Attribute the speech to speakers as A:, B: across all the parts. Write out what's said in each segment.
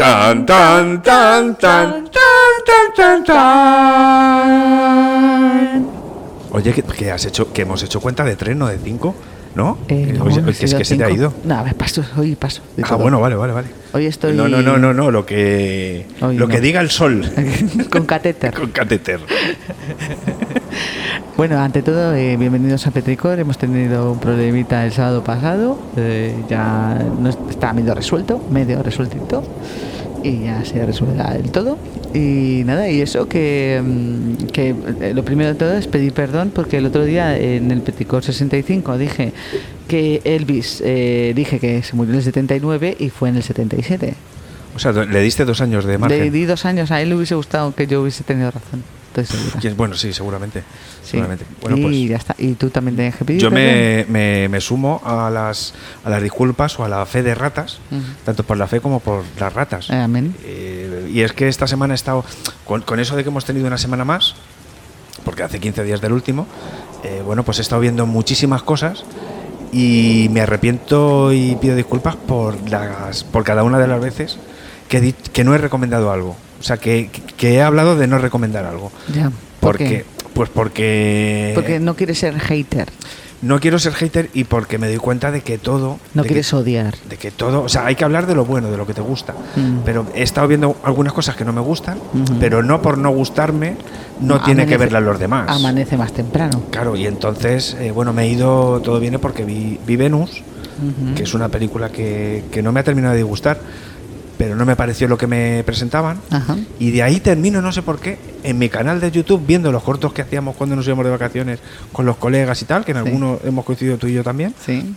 A: Tan, tan, tan, tan, tan, tan, tan, tan.
B: Oye, ¿qué, qué has hecho? ¿Que hemos hecho cuenta de tres, no de cinco? ¿No?
C: Eh, no,
B: Oye,
C: han
B: es que, es
C: sido
B: que se te ha
C: cinco.
B: ido.
C: No, a ver, paso, hoy paso. de
B: Ah,
C: todo.
B: bueno, vale, vale, vale.
C: Hoy estoy.
B: No, no, no, no, no, lo que,
C: Hoy
B: lo
C: no.
B: que diga el sol.
C: Con catéter.
B: Con catéter.
C: Bueno, ante todo, eh, bienvenidos a Petricor. Hemos tenido un problemita el sábado pasado. eh, ya no es- está medio resuelto, medio resueltito. Y ya se resuelve el todo. Y nada, y eso que, mm, que eh, lo primero de todo es pedir perdón porque el otro día en el Petricor 65 dije que Elvis, eh, dije que se murió en el 79 y fue en el 77.
B: O sea, le diste dos años de margen.
C: Le di dos años, a él le hubiese gustado que yo hubiese tenido razón. Estoy segura.
B: Y es- Bueno, sí, seguramente.
C: Sí.
B: seguramente. Bueno,
C: y
B: pues.
C: ya está. Y tú también tienes que pedir.
B: Yo
C: perdón.
B: me, me- me sumo a las, a las disculpas o a la fe de ratas,
C: Ujú.
B: tanto por la fe como por las ratas.
C: Eh, amén.
B: Eh, y es que esta semana he estado, con, con eso de que hemos tenido una semana más, porque hace 15 días del último, eh, bueno, pues he estado viendo muchísimas cosas y me arrepiento y pido disculpas por, las, por cada una de las veces que, he di- que no he recomendado algo. O sea, que, que he hablado de no recomendar algo.
C: Ya. ¿por qué?
B: Porque, pues porque...
C: Porque no quieres ser hater,
B: No quiero ser hater y porque me doy cuenta de que todo.
C: no
B: de
C: quieres
B: que,
C: odiar.
B: De que todo. O sea, hay que hablar de lo bueno, de lo que te gusta.
C: Mm.
B: Pero he estado viendo algunas cosas que no me gustan,
C: Ujú.
B: pero no por no gustarme, no tiene que
C: amanece-
B: verlas los demás.
C: Amanece más temprano.
B: Claro, y entonces, eh, bueno, me he ido. Todo viene porque vi, vi Venus,
C: Ujú.
B: que es una película que, que no me ha terminado de gustar, pero no me pareció lo que me presentaban.
C: Ajá.
B: Y de ahí termino, no sé por qué, en mi canal de YouTube viendo los cortos que hacíamos cuando nos íbamos de vacaciones con los colegas y tal, que en
C: Sí.
B: algunos hemos coincidido tú y yo también.
C: Sí.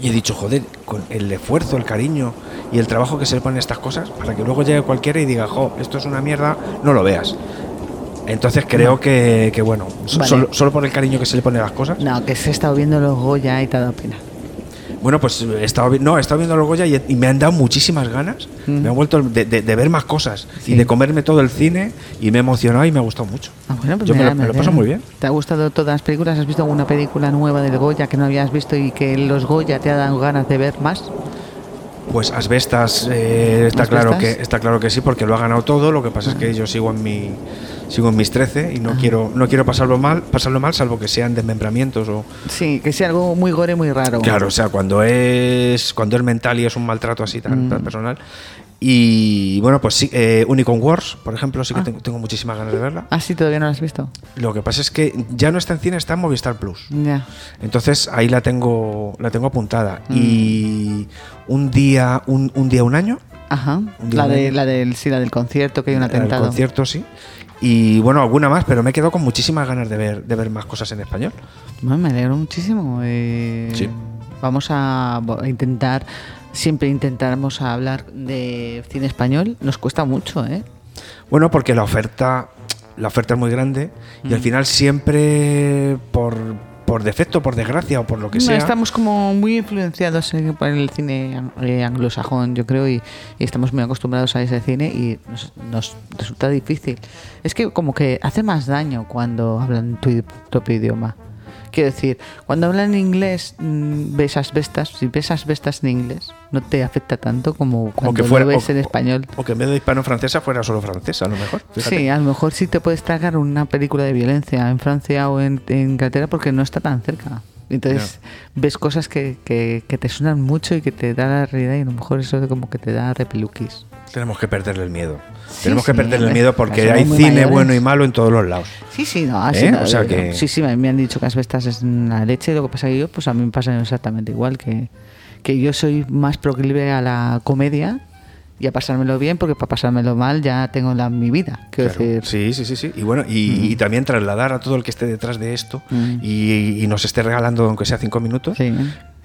B: Y he dicho, joder, con el esfuerzo, el cariño y el trabajo que se le ponen estas cosas, para que luego llegue cualquiera y diga, jo, esto es una mierda, no lo veas. Entonces creo que, que, bueno, so-
C: Vale.
B: solo, solo por el cariño que se le pone a las cosas.
C: No, que se ha estado viendo los Goya y te ha dado pena.
B: Bueno, pues he estado, vi- no, he estado viendo los Goya y, y me han dado muchísimas ganas.
C: Mm.
B: Me han vuelto de, de- de ver más cosas
C: Sí.
B: y de comerme todo el cine y me he emocionado y me ha gustado mucho.
C: Ah, bueno, pues
B: Yo me
C: mira,
B: lo- me lo
C: alegro.
B: paso muy bien.
C: ¿Te ha gustado todas las películas? ¿Has visto alguna película nueva del Goya que no habías visto y que los Goya te ha dado ganas de ver más?
B: Pues asbestas, eh, está claro que
C: ¿Asbestas?
B: está claro que sí, porque lo ha ganado todo. Lo que pasa es que yo sigo en mi sigo en mis 13 y no quiero no quiero pasarlo mal, pasarlo mal, salvo que sean desmembramientos o
C: Sí, que sea algo muy gore, muy raro.
B: claro, o sea, cuando es cuando es mental y es un maltrato así tan, tan personal. Y bueno, pues sí, eh, Unicorn Wars, por ejemplo, sí que tengo, tengo muchísimas ganas de verla.
C: Ah, sí, todavía no lo has visto.
B: Lo que pasa es que ya no está en cine, está en Movistar Plus.
C: Ya.
B: Entonces ahí la tengo la tengo apuntada y un día un, un día un año
C: Ajá.
B: Un día
C: La, de,
B: menos.
C: la del, sí, la del concierto, que hay un
B: El
C: atentado.
B: concierto, sí. Y bueno, alguna más, pero me he quedado con muchísimas ganas de ver, de ver más cosas en español.
C: Bueno, me alegro muchísimo. eh,
B: Sí.
C: Vamos a vo- a intentar, siempre intentamos a hablar de cine español. Nos cuesta mucho, ¿eh?
B: Bueno, porque la oferta, la oferta es muy grande
C: Mm.
B: y al final siempre por, por defecto, por desgracia o por lo que
C: No,
B: sea.
C: Estamos como muy influenciados eh, por el cine ang- eh, anglosajón, yo creo, y, y estamos muy acostumbrados a ese cine y nos, nos resulta difícil. Es que como que hace más daño cuando hablan tu i- propio idioma. Quiero decir, cuando hablan inglés, mm, ves asbestas. Si ves asbestas en inglés, no te afecta tanto como
B: o
C: cuando
B: que fuera
C: lo ves
B: o-
C: en español.
B: O que en vez de hispano-francesa fuera solo francesa, a lo mejor. fíjate.
C: Sí, a lo mejor sí te puedes tragar una película de violencia en Francia o en, en Inglaterra porque no está tan cerca. Entonces ves cosas que, que- que te suenan mucho y que te da la realidad y a lo mejor eso como que te da repeluquis.
B: Tenemos que perderle el miedo.
C: Sí,
B: Tenemos que
C: sí,
B: perderle el
C: hombre.
B: miedo porque
C: Somos
B: hay
C: muy
B: cine
C: mayores.
B: bueno y malo en todos los lados.
C: Sí, sí, no, así
B: ¿Eh?
C: no,
B: O sea
C: yo-
B: que-
C: Sí, sí, me me han dicho que asbestas es una leche, lo que pasa que yo, pues a mí me pasa exactamente igual, que, que yo soy más proclive a la comedia y a pasármelo bien porque para pasármelo mal ya tengo la, mi vida. Quiero
B: Claro.
C: decir,
B: Sí, sí, sí, sí. Y bueno, y, y también trasladar a todo el que esté detrás de esto
C: Mm.
B: y, y nos esté regalando, aunque sea cinco minutos,
C: Sí.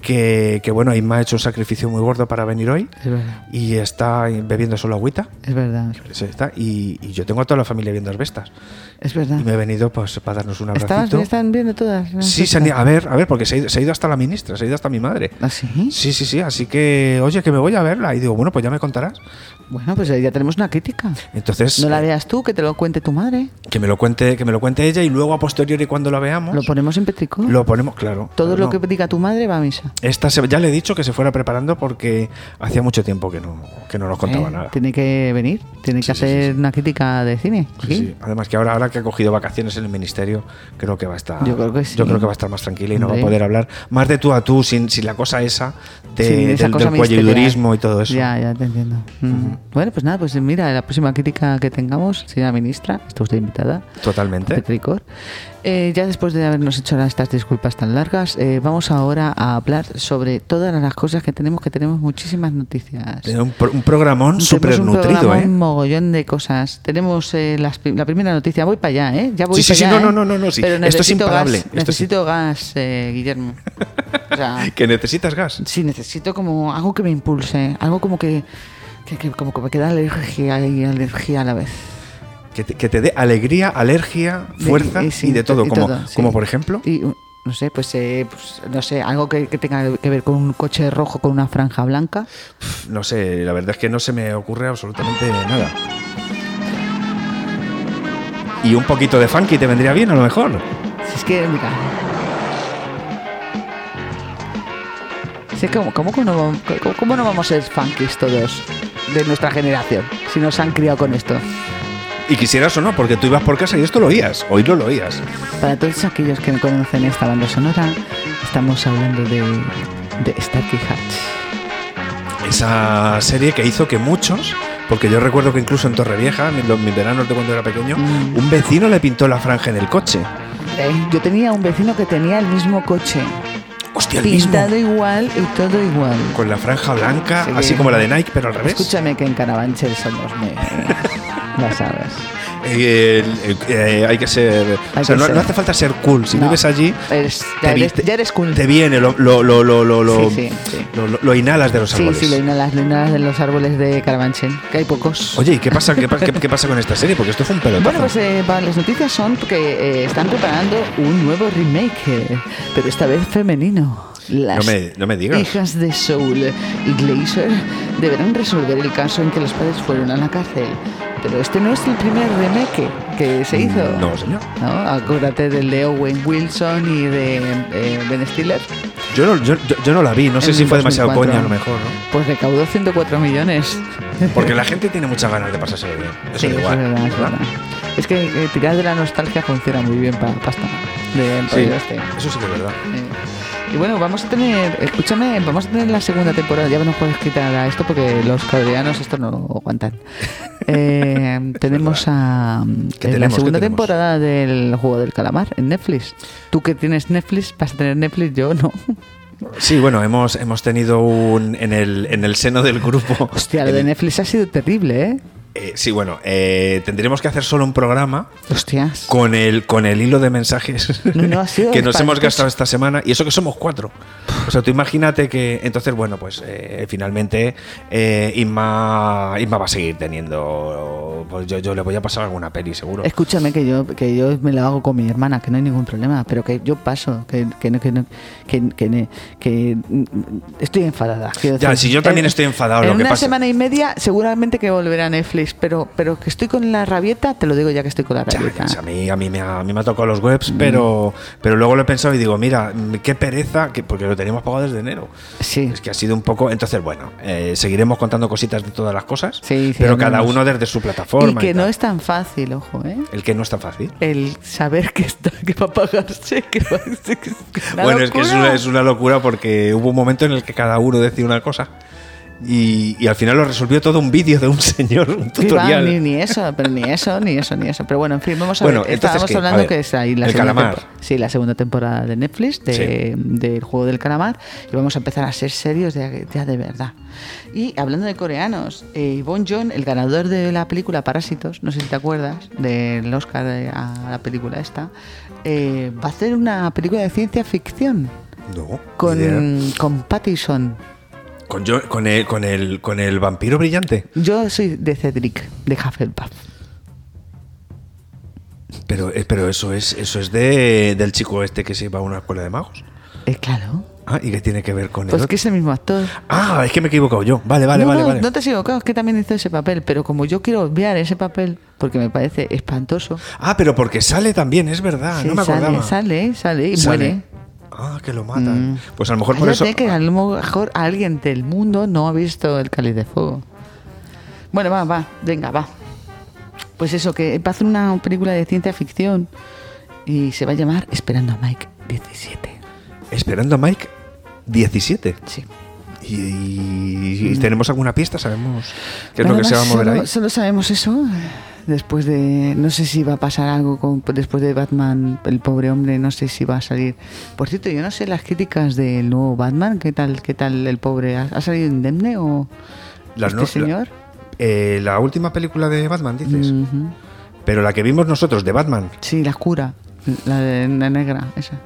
B: que, que bueno, Inma ha hecho un sacrificio muy gordo para venir hoy
C: es verdad,
B: y está bebiendo solo agüita.
C: es verdad,
B: Sí, está. Y, y yo tengo a toda la familia viendo asbestas.
C: es verdad.
B: Y me he venido pues para darnos un
C: Estabas,
B: abracito.
C: están viendo todas. ¿no?
B: Sí, se han ido- a ver, a ver, porque se ha, ido, se ha ido hasta la ministra, se ha ido hasta mi madre.
C: ¿Ah, sí?
B: Sí, sí, sí, así que, oye, que me voy a verla. Y digo, bueno, pues ya me contarás.
C: Bueno, pues ahí ya tenemos una crítica.
B: Entonces,
C: No la
B: eh,
C: veas tú, que te lo cuente tu madre.
B: que me lo cuente, que me lo cuente ella y luego a posteriori cuando la veamos
C: Lo ponemos en Petricor.
B: Lo ponemos, claro.
C: Todo
B: No,
C: lo que diga tu madre va a misa.
B: Esta se- ya le he dicho que se fuera preparando porque hacía mucho tiempo que no, que no nos contaba
C: Eh,
B: nada.
C: Tiene que venir, tiene
B: Sí,
C: que
B: sí,
C: hacer
B: sí, sí.
C: una crítica de cine.
B: Sí,
C: aquí.
B: sí. Además que ahora, ahora que ha cogido vacaciones en el ministerio, creo que va a estar,
C: Yo creo que sí.
B: creo que va a estar más tranquila y no va a
C: Hombre.
B: poder hablar más de tú a tú sin, sin la cosa esa de,
C: Sí,
B: del,
C: esa
B: del
C: cosa ministerial.
B: cuellidurismo y todo eso.
C: Ya, ya te entiendo. Mm. Bueno, pues nada, pues mira, la próxima crítica que tengamos, señora ministra, está usted invitada.
B: Totalmente.
C: Petricor. Eh, ya después de habernos hecho ahora estas disculpas tan largas, eh, vamos ahora a hablar sobre todas las cosas que tenemos, que tenemos muchísimas noticias.
B: Tiene Un, pro- un programón
C: Tenemos
B: súper
C: un
B: nutrido,
C: programa,
B: ¿eh?
C: Un mogollón de cosas. Tenemos eh, las pri- la primera noticia. Voy para allá, ¿eh? Ya voy
B: Sí, sí,
C: para
B: sí,
C: allá,
B: no,
C: ¿eh?
B: no, no, no, sí.
C: Pero
B: Esto es
C: necesito
B: imparable.
C: gas,
B: Esto es-
C: necesito gas, eh, Guillermo. O sea,
B: Que necesitas gas.
C: sí, necesito como algo que me impulse. Algo como que, que, que- como que me queda alergia y alergia a la vez.
B: Que te, que te dé alegría, alergia,
C: De- eh,
B: fuerza
C: sí,
B: y de todo. como,
C: sí.
B: como por ejemplo.
C: Y, uh, no sé, pues, eh, pues, no sé, algo que, que tenga que ver con un coche rojo con una franja blanca.
B: No sé, la verdad es que no se me ocurre absolutamente nada. Y un poquito de funky te vendría bien, a lo mejor.
C: Si es que, mira. Si es que, ¿cómo, cómo que no, vamos- cómo- cómo no vamos a ser funkies todos de nuestra generación si nos han criado con esto?
B: Y quisieras o no, porque tú ibas por casa y esto lo oías. Hoy no lo oías.
C: Para todos aquellos que no conocen esta banda sonora, estamos hablando de, de Starkey Hatch.
B: Esa serie que hizo que muchos, porque yo recuerdo que incluso en Torrevieja, en los- mis veranos de cuando era pequeño,
C: Mm.
B: un vecino le pintó la franja en el coche.
C: Eh, Yo tenía un vecino que tenía el mismo coche,
B: Hostia, el mismo.
C: pintado igual y todo igual.
B: Con la franja blanca,
C: Sí.
B: así como la de Nike, pero al revés.
C: Escúchame que en Carabanchel somos muy... ya sabes.
B: Eh, el- el- eh, hay que ser.
C: Hay
B: o sea,
C: que
B: no,
C: ser.
B: no hace falta ser cool. Si
C: No.
B: vives allí,
C: Eres-
B: te
C: ya,
B: vi-
C: eres,
B: te-
C: ya eres cool.
B: Te viene, lo, lo, lo, lo, lo, lo-
C: Sí, sí, sí.
B: lo- lo- lo inhalas de los
C: Sí,
B: árboles.
C: sí, lo inhalas, lo inhalas de los árboles de Carabanchel, que hay pocos.
B: Oye, ¿y qué pasa, qué, pa- qué- qué pasa con esta serie? Porque esto fue un pelotazo.
C: Bueno, pues eh, va, las noticias son que eh, están preparando un nuevo remake, eh, pero esta vez femenino. Las
B: No me- no me digas.
C: hijas de Soul y Glazer deberán resolver el caso en que los padres fueron a la cárcel. Pero este no es el primer remake que se hizo.
B: No, señor.
C: ¿No? Acuérdate del de Owen Wilson y de eh, Ben Stiller.
B: Yo no, yo, yo- yo no la vi, no sé
C: en
B: si fue demasiado
C: 2004.
B: coña a lo mejor, ¿no?
C: Pues recaudó 104 millones.
B: Porque la gente tiene muchas ganas de pasárselo bien. Eso
C: Sí,
B: da
C: eso
B: igual.
C: es verdad, es verdad. Es que eh, tirar de la nostalgia funciona muy bien para pasta. De
B: Sí,
C: rollo este.
B: eso sí que es verdad.
C: Eh, Y bueno, vamos a tener, escúchame, vamos a tener la segunda temporada. Ya no puedes quitar a esto porque los coreanos esto no lo aguantan. Eh, tenemos a mm,
B: ¿Qué
C: eh,
B: tenemos?
C: la
B: ¿Qué
C: segunda
B: tenemos?
C: temporada del juego del calamar en Netflix. Tú que tienes Netflix, vas a tener Netflix, yo no.
B: Sí, bueno, hemos, hemos tenido un. En el, en el seno del grupo.
C: Hostia, lo de
B: el-
C: Netflix ha sido terrible, ¿eh?
B: eh, sí, bueno, eh, tendremos que hacer solo un programa
C: Hostias.
B: con el, con el hilo de mensajes
C: No, no, ha sido
B: que nos hemos
C: espantoso.
B: gastado esta semana. Y eso que somos cuatro. O sea, tú imagínate que. Entonces, bueno, pues eh, finalmente eh, Inma, Inma va a seguir teniendo. Pues yo, yo le voy a pasar alguna peli, seguro.
C: Escúchame que yo, que yo me lo hago con mi hermana, que no hay ningún problema, pero que yo paso, que, que no, que no, que, que ne- que, mm, estoy enfadada. quiero
B: Ya,
C: decir,
B: si yo también
C: en-
B: estoy enfadado,
C: En
B: lo que
C: una
B: pasa-
C: semana y media seguramente que volverá a Netflix, pero, pero que estoy con la rabieta, te lo digo ya Mm. que estoy con la
B: Ya,
C: rabieta.
B: ya sé, a, mí, a, mí me ha, a mí me ha tocado los webs, pero, pero luego lo he pensado y digo, mira, mm, qué pereza, que, porque lo teníamos pagado desde enero.
C: Sí.
B: Es que ha sido un poco. Entonces, bueno, eh, seguiremos contando cositas de todas las cosas,
C: Sí, sí,
B: pero
C: al
B: cada
C: menos.
B: uno desde su
C: Y
B: plataforma. y
C: que no
B: tal.
C: es tan fácil, ojo, ¿eh?
B: El que no es tan fácil.
C: El saber que está, que va a pagarse, que va a ser que es una
B: bueno, es que es una,
C: locura.
B: es una locura porque hubo un momento en el que cada uno decía una cosa y, y al final lo resolvió todo un vídeo de un señor, un
C: Que va,
B: tutorial.
C: ni, ni eso, pero ni eso, ni eso, ni eso. Pero bueno, en fin, vamos a
B: Bueno,
C: ver.
B: entonces,
C: Estábamos
B: ¿qué? A
C: hablando
B: ver,
C: que es ahí la
B: el
C: segunda
B: calamar.
C: tempo- Sí, la segunda temporada de Netflix de-
B: Sí.
C: del juego del calamar. Y vamos a empezar a ser serios ya, ya de verdad. Y hablando de coreanos, eh, Bon Joon, el ganador de la película Parásitos, no sé si te acuerdas, del Oscar de- a la película esta, eh, va a hacer una película de ciencia ficción
B: No, ni idea.
C: con, con Pattison.
B: Con, yo- con el, con, el, con el vampiro brillante.
C: Yo soy de Cedric, de Hufflepuff.
B: Pero, eh, pero eso es, eso es de, del chico este que se va a una escuela de magos.
C: Eh, claro.
B: Ah, ¿y qué tiene que ver con el
C: Pues
B: otro?
C: que es el mismo actor.
B: Ah, es que me he equivocado yo. Vale, vale,
C: no,
B: vale,
C: no,
B: vale.
C: no te has equivocado, es que también hizo ese papel, pero como yo quiero obviar ese papel, porque me parece espantoso,
B: Ah, pero porque sale también, es verdad.
C: sí,
B: no me
C: sale,
B: acordaba.
C: sale, sale y
B: Sale.
C: muere.
B: Ah, que lo matan.
C: Mm.
B: Pues a lo mejor por eso.
C: Cállate, que a lo mejor alguien del mundo no ha visto el cáliz de fuego. Bueno, va, va, venga, va. Pues eso, que va a hacer una película de ciencia ficción y se va a llamar Esperando a Mike 17.
B: Esperando a Mike 17.
C: Sí.
B: Y, y- y tenemos alguna pista, sabemos qué es lo
C: Nada
B: que se va a
C: más,
B: mover
C: solo,
B: ahí.
C: Solo sabemos eso. eh, Después de. No sé si va a pasar algo con, después de Batman, el pobre hombre, no sé si va a salir. Por cierto, yo no sé las críticas del nuevo Batman, ¿qué tal, qué tal el pobre? ¿Ha, ha salido indemne o.?
B: Las
C: este
B: no- la-
C: señor?
B: Eh, la última película de Batman, dices.
C: Ujú.
B: Pero la que vimos nosotros de Batman,
C: Sí, la cura, la, de- la negra, esa.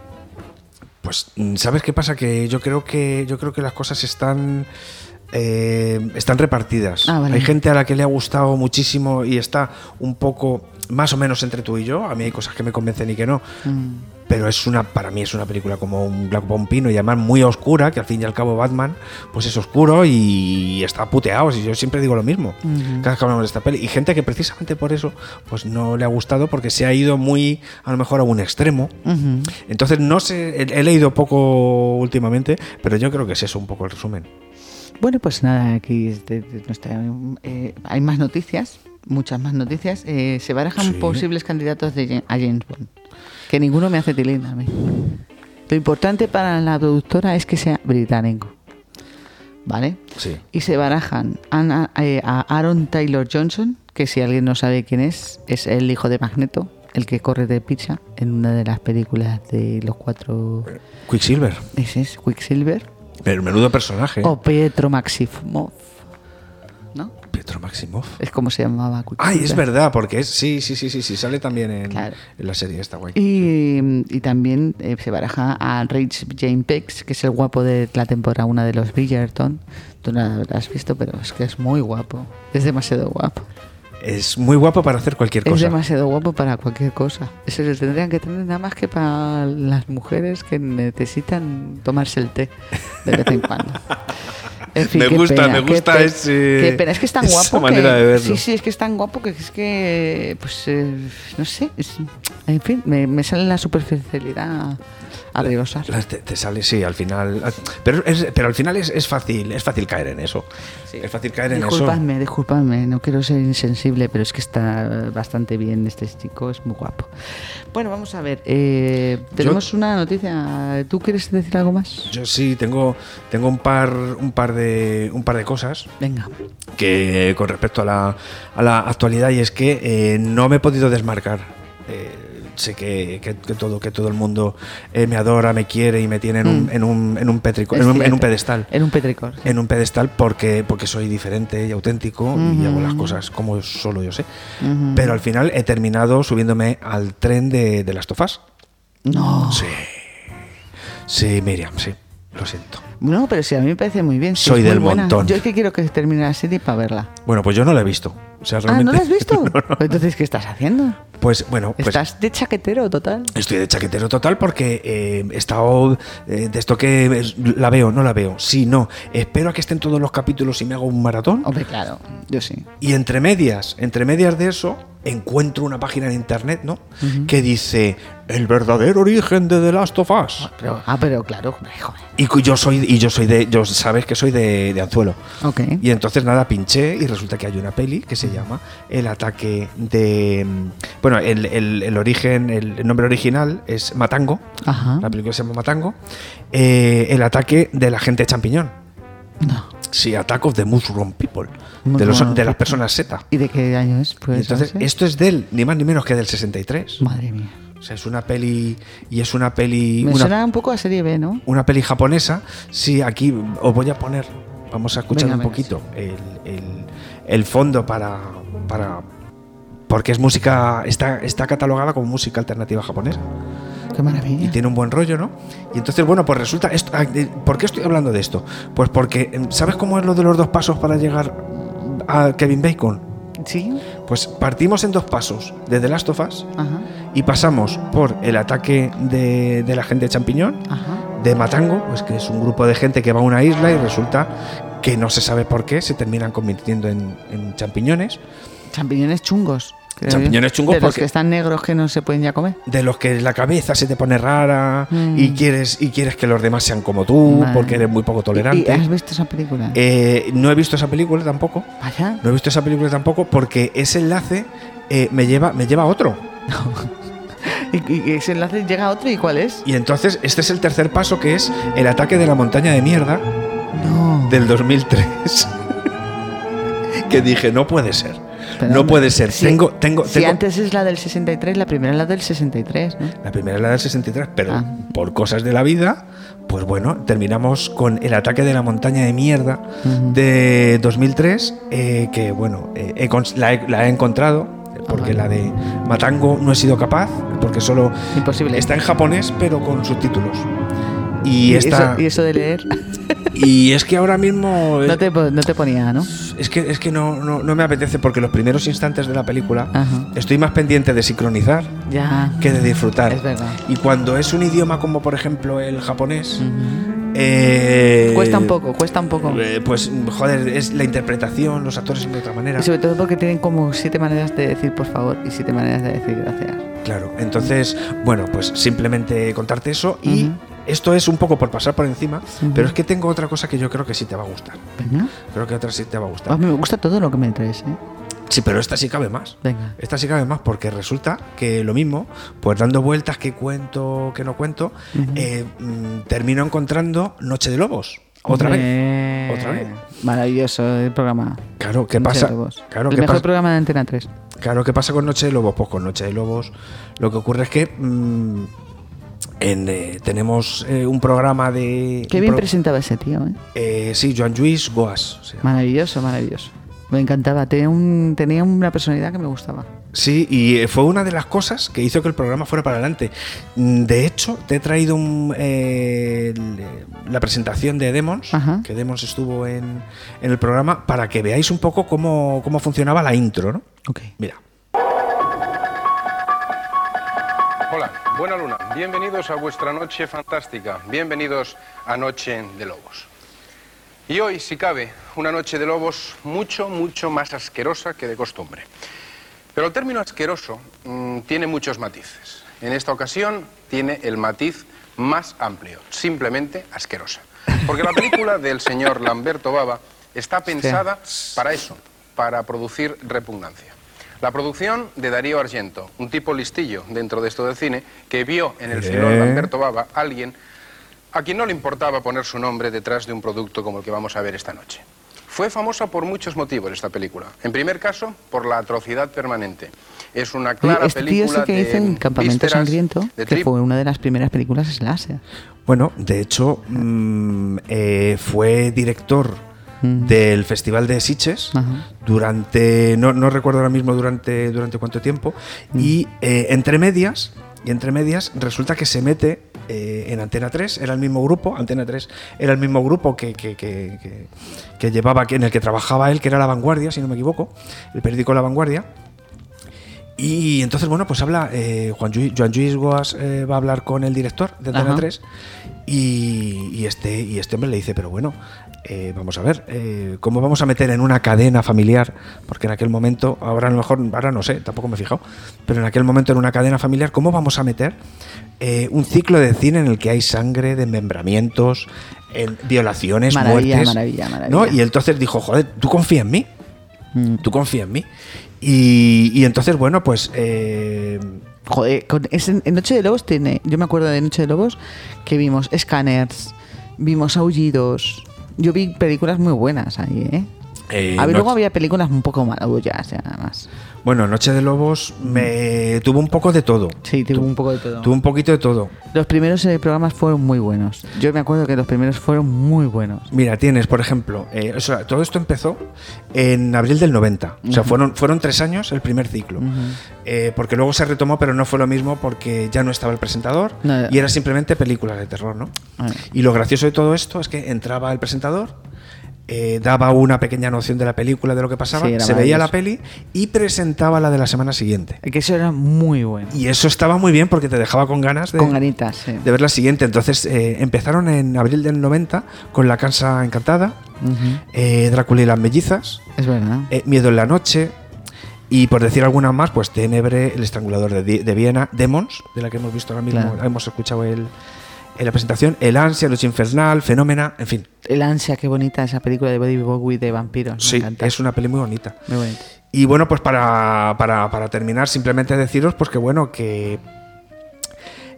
B: Pues, mm, ¿sabes qué pasa? Que yo creo que yo creo que las cosas están eh, están repartidas.
C: Ah, vale.
B: Hay gente a la que le ha gustado muchísimo y está un poco más o menos entre tú y yo. A mí hay cosas que me convencen y que no.
C: Mm.
B: Pero es una, para mí es una película como un Black Pompino y además muy oscura, que al fin y al cabo Batman pues es oscuro y está puteado. Y yo siempre digo lo mismo cada vez que hablamos de esta peli. Y gente que precisamente por eso pues no le ha gustado porque se ha ido muy, a lo mejor, a un extremo.
C: Ujú.
B: Entonces, no sé, he, he leído poco últimamente, pero yo creo que es eso un poco el resumen.
C: Bueno, pues nada, aquí este- este- nuestra, eh, hay más noticias, muchas más noticias. Eh, se barajan
B: Sí.
C: posibles candidatos de, Jam- a James Bond, que ninguno me hace tilín a mí. Lo importante para la productora es que sea británico, ¿vale?
B: Sí.
C: Y se barajan a, a- eh, a Aaron Taylor Johnson, que si alguien no sabe quién es, es el hijo de Magneto, el que corre de pizza en una de las películas de los cuatro...
B: Quicksilver.
C: Ese es Quicksilver.
B: Pero menudo personaje. ¿eh?
C: O Pietro Maximov. ¿No?
B: Pietro Maximoff.
C: Es como se llamaba.
B: Ay, es
C: Quicksilver.
B: verdad, porque es. Sí, sí, sí, sí, sí sale también en,
C: Claro.
B: en la serie esta, guay.
C: Y, y también eh, se baraja a Rich Jane Pex, que es el guapo de la temporada una de los Bridgerton. Tú no lo has visto, pero es que es muy guapo. Es demasiado guapo.
B: Es muy guapo para hacer cualquier
C: Es
B: cosa.
C: demasiado guapo para cualquier cosa. Eso lo tendrían que tener nada más que para las mujeres que necesitan tomarse el té de vez en cuando. En
B: Me
C: qué
B: gusta, me
C: qué
B: gusta
C: pe-
B: ese-
C: qué pena. Es que es tan
B: esa
C: guapo. que-
B: manera de verlo.
C: Sí, sí, es que es tan guapo que es que. Pues. eh, no sé. es- en fin, me, me sale la superficialidad a
B: Eh,
C: rebosar.
B: Las- Te, te sale, sí, al final. ah, Pero, es- pero al final es, es fácil, es fácil caer en eso. Es fácil caer en eso.
C: Disculpadme, disculpadme, no quiero ser insensible, pero es que está bastante bien este chico, es muy guapo. Bueno, vamos a ver, eh, tenemos una noticia, ¿tú quieres decir algo más?
B: Yo sí tengo, tengo un par, un par de, un par de cosas.
C: Venga.
B: que eh, con respecto a la, a la actualidad y es que eh, no me he podido desmarcar. Eh, sé que, que- que todo, que todo el mundo eh, me adora, me quiere y me tiene en un, en un, en un pétrico,
C: Mm.
B: en
C: Es
B: un, en un
C: cierto.
B: pedestal.
C: En un petricor. sí.
B: En un pedestal porque, porque soy diferente y auténtico y hago las cosas como solo yo sé.
C: Ujú.
B: Pero al final he terminado subiéndome al tren de, de las tofas.
C: No.
B: Sí. Sí, Miriam, sí. Lo siento.
C: No, pero sí, a mí me parece muy bien. sí,
B: Soy
C: es muy
B: del
C: buena.
B: montón.
C: Yo es que quiero que termine la serie para verla.
B: Bueno, pues yo no la he visto. O sea,
C: Ah, ¿no
B: realmente-
C: la has visto?
B: No, no.
C: Entonces, ¿qué estás haciendo?
B: Pues bueno, pues
C: Estás de chaquetero total.
B: Estoy de chaquetero total porque eh, he estado eh, de esto que es- la veo, no la veo, sí, no. Espero a que estén todos los capítulos y me hago un maratón.
C: Hombre, claro, yo sí.
B: Y entre medias, entre medias de eso, encuentro una página en internet, ¿no? Que dice el verdadero origen de The Last of Us.
C: Pero- ah, pero claro, hombre, joder.
B: Y cu- yo soy, y yo soy de, yo sabes que soy de, de anzuelo.
C: Ok.
B: Y entonces nada, pinché y resulta que hay una peli que se llama El ataque de. mm, Bueno, el, el- el origen, el nombre original es Matango.
C: Ajá.
B: La película se llama Matango. Eh, el ataque de la gente champiñón.
C: No.
B: Sí, Attack of the Mushroom People. De,
C: Mushroom
B: los, de las
C: People.
B: personas Z.
C: ¿Y de qué año es?
B: Y
C: Pues,
B: entonces,
C: no sé.
B: esto es del, ni más ni menos que del 63.
C: Madre mía.
B: O sea, es una peli. Y es una peli.
C: Me
B: Una,
C: suena un poco a serie B, ¿no?
B: una peli japonesa. Sí, aquí os voy a poner. Vamos a escuchar
C: Venga,
B: un
C: venga,
B: poquito el, el- el fondo para. para porque es música, está, está catalogada como música alternativa japonesa.
C: Qué maravilla.
B: y tiene un buen rollo, ¿no? Y entonces, bueno, pues resulta, esto, ah, de- ¿por qué estoy hablando de esto? Pues porque, em, ¿sabes cómo es lo de los dos pasos para llegar a Kevin Bacon?
C: Sí.
B: Pues partimos en dos pasos, desde Last of Us,
C: Ajá.
B: y pasamos por el ataque de, de la gente champiñón,
C: Ajá.
B: de Matango, pues que es un grupo de gente que va a una isla y resulta que no se sabe por qué se terminan convirtiendo en, en champiñones.
C: Champiñones chungos. Que creo yo.
B: Champiñones chungos
C: De los
B: porque-
C: que están negros que no se pueden ya comer.
B: de los que la cabeza se te pone rara
C: Mm.
B: y quieres y quieres que los demás sean como tú
C: Vale.
B: porque eres muy poco
C: ¿Y- y
B: tolerante.
C: ¿Has visto esa película?
B: Eh, no he visto esa película tampoco.
C: Vaya.
B: No he visto esa película tampoco porque ese enlace eh, me lleva me lleva a otro.
C: Y, y ese enlace llega a otro y ¿cuál es?
B: Y entonces este es el tercer paso que es el ataque de la montaña de mierda
C: No.
B: del 2003. que dije, no puede ser.
C: Pero
B: no
C: hombre,
B: puede ser.
C: si-
B: tengo tengo,
C: Si
B: tengo-
C: antes es la del 63, la primera es la del 63, ¿no?
B: La primera es la del 63, pero
C: Ah.
B: por cosas de la vida, pues bueno, terminamos con el ataque de la montaña de mierda
C: Ujú.
B: de 2003, eh, que bueno, eh, he cons- la, he, la he encontrado, porque
C: Ah, vale.
B: la de Matango no he sido capaz, porque solo
C: Imposible.
B: está en japonés, pero con subtítulos. Y,
C: Y
B: esta,
C: eso, y eso de leer
B: y es que ahora mismo eh,
C: no te, po- no te ponía, ¿no?
B: es que, es que no, no- no me apetece porque los primeros instantes de la película
C: Ajá.
B: estoy más pendiente de sincronizar
C: Ya.
B: que de disfrutar.
C: Es verdad.
B: Y cuando es un idioma como por ejemplo el japonés,
C: Ujú.
B: eh,
C: Mm. Cuesta un poco, cuesta un poco.
B: eh, pues joder, es la interpretación, los actores son de otra manera.
C: Y sobre todo porque tienen como siete maneras de decir por favor y siete maneras de decir gracias.
B: Claro, entonces, bueno, pues simplemente contarte eso y
C: Ujú.
B: esto es un poco por pasar por encima,
C: Ujú.
B: pero es que tengo otra cosa que yo creo que sí te va a gustar.
C: Venga.
B: Creo que otra sí te va a
C: A
B: gustar.
C: mí me gusta todo lo que me traes, ¿eh?
B: Sí, pero esta sí cabe más.
C: Venga.
B: Esta sí cabe más porque resulta que lo mismo, pues dando vueltas que cuento, que no cuento, eh, mm, termino encontrando Noche de Lobos. Otra vez.
C: Eh,
B: Otra vez.
C: Maravilloso el programa.
B: Claro, ¿qué
C: No sé,
B: pasa?
C: todos.
B: Claro,
C: el
B: ¿qué
C: mejor
B: pasa?
C: programa de Antena 3.
B: Claro, ¿qué pasa con Noche de Lobos? Pues con Noche de Lobos lo que ocurre es que mm, en, eh, tenemos eh, un programa de...
C: Qué
B: un
C: bien
B: pro-
C: presentaba ese tío, ¿eh?
B: eh, sí, Joan Luis Goas. se llama.
C: Maravilloso, maravilloso. Me encantaba. Tenía, un- tenía una personalidad que me gustaba.
B: Sí, y eh, fue una de las cosas que hizo que el programa fuera para adelante. Mm, De hecho, te he traído un, eh, el- la presentación de Demons,
C: Ajá.
B: que Demons estuvo en, en el programa, para que veáis un poco cómo, cómo funcionaba la intro, ¿no?
C: Ok.
B: Mira.
D: Hola, buena luna. Bienvenidos a vuestra noche fantástica. Bienvenidos a Noche de Lobos. Y hoy, si cabe, una noche de lobos mucho, mucho más asquerosa que de costumbre. Pero el término asqueroso mm, tiene muchos matices. En esta ocasión tiene el matiz más amplio, simplemente asquerosa. Porque la película del señor Lamberto Baba está pensada para eso, para producir repugnancia. La producción de Darío Argento, un tipo listillo dentro de esto del cine, que vio en el señor
B: Eh.
D: Lamberto Baba alguien a quien no le importaba poner su nombre detrás de un producto como el que vamos a ver esta noche. Fue famosa por muchos motivos esta película. En primer caso, por la atrocidad permanente. Es una clara
C: este tío
D: película
C: es el que
D: de
C: hizo el Campamento
D: vísceras,
C: Sangriento,
D: de
C: que
D: trip-
C: fue una de ¿eh? las primeras películas slasher.
B: Bueno, de hecho, mm, eh, fue director del Festival de Sitges
C: Ajá.
B: durante, no, no recuerdo ahora mismo durante, durante cuánto tiempo, y eh, entre medias, y entre medias, resulta que se mete eh, en Antena 3, era el mismo grupo, Antena 3 era el mismo grupo que, que, que- que- que llevaba, que- en el que trabajaba él, que era La Vanguardia, si no me equivoco, el periódico La Vanguardia, y entonces, bueno, pues habla, eh, Juan Lluís- Joan Luis Goas eh, va a hablar con el director de Antena
C: Ajá.
B: 3 y, y este, y este hombre le dice, pero bueno, eh, vamos a ver, eh, ¿cómo vamos a meter en una cadena familiar? Porque en aquel momento, ahora a lo mejor, ahora no sé, tampoco me he fijado, pero en aquel momento en una cadena familiar, ¿cómo vamos a meter eh, un ciclo de cine en el que hay sangre, desmembramientos, en- violaciones,
C: Maravilla,
B: muertes?
C: maravilla, maravilla.
B: ¿no? Y entonces dijo, joder, ¿tú confías en mí?
C: Mm.
B: Tú confía en mí. Y, y entonces, bueno, pues. eh,
C: Joder, con ese- en Noche de Lobos tiene. Yo me acuerdo de Noche de Lobos que vimos escáneres, vimos aullidos. Yo vi películas muy buenas ahí, ¿eh?
B: eh,
C: A ver,
B: no-
C: luego había películas un poco malabullas, ya nada más.
B: Bueno, Noche de Lobos me tuvo un poco de todo.
C: Sí, tuvo un poco de todo.
B: Tuvo un poquito de todo.
C: Los primeros eh, programas fueron muy buenos. Yo me acuerdo que los primeros fueron muy buenos.
B: Mira, tienes, por ejemplo, eh, o sea, todo esto empezó en abril del 90. O sea, fueron, fueron tres años el primer ciclo. Eh, porque luego se retomó, pero no fue lo mismo porque ya no estaba el presentador
C: No.
B: y era simplemente películas de terror, ¿no?
C: Ah.
B: Y lo gracioso de todo esto es que entraba el presentador, eh, daba una pequeña noción de la película, de lo que pasaba,
C: Sí, era
B: se veía la peli y presentaba la de la semana siguiente.
C: Que eso era muy bueno.
B: Y eso estaba muy bien porque te dejaba con ganas de,
C: Con ganitas, sí.
B: de ver la siguiente. Entonces eh, empezaron en abril del 90 con La Casa Encantada,
C: Ujú.
B: eh, Drácula y las Mellizas,
C: Es verdad.
B: eh, Miedo en la Noche, Y por decir algunas más, pues Tenebre, El Estrangulador de, Di- de Viena, Demons, de la que hemos visto ahora mismo,
C: Claro.
B: hemos escuchado el, en la presentación, El Ansia, Lucha Infernal, Fenómena, en fin.
C: El ansia, qué bonita esa película de Body Bowie de vampiros. me
B: Sí,
C: encanta.
B: es una peli muy bonita.
C: Muy bonita.
B: Y bueno, pues para, para- para terminar, simplemente deciros pues que bueno, que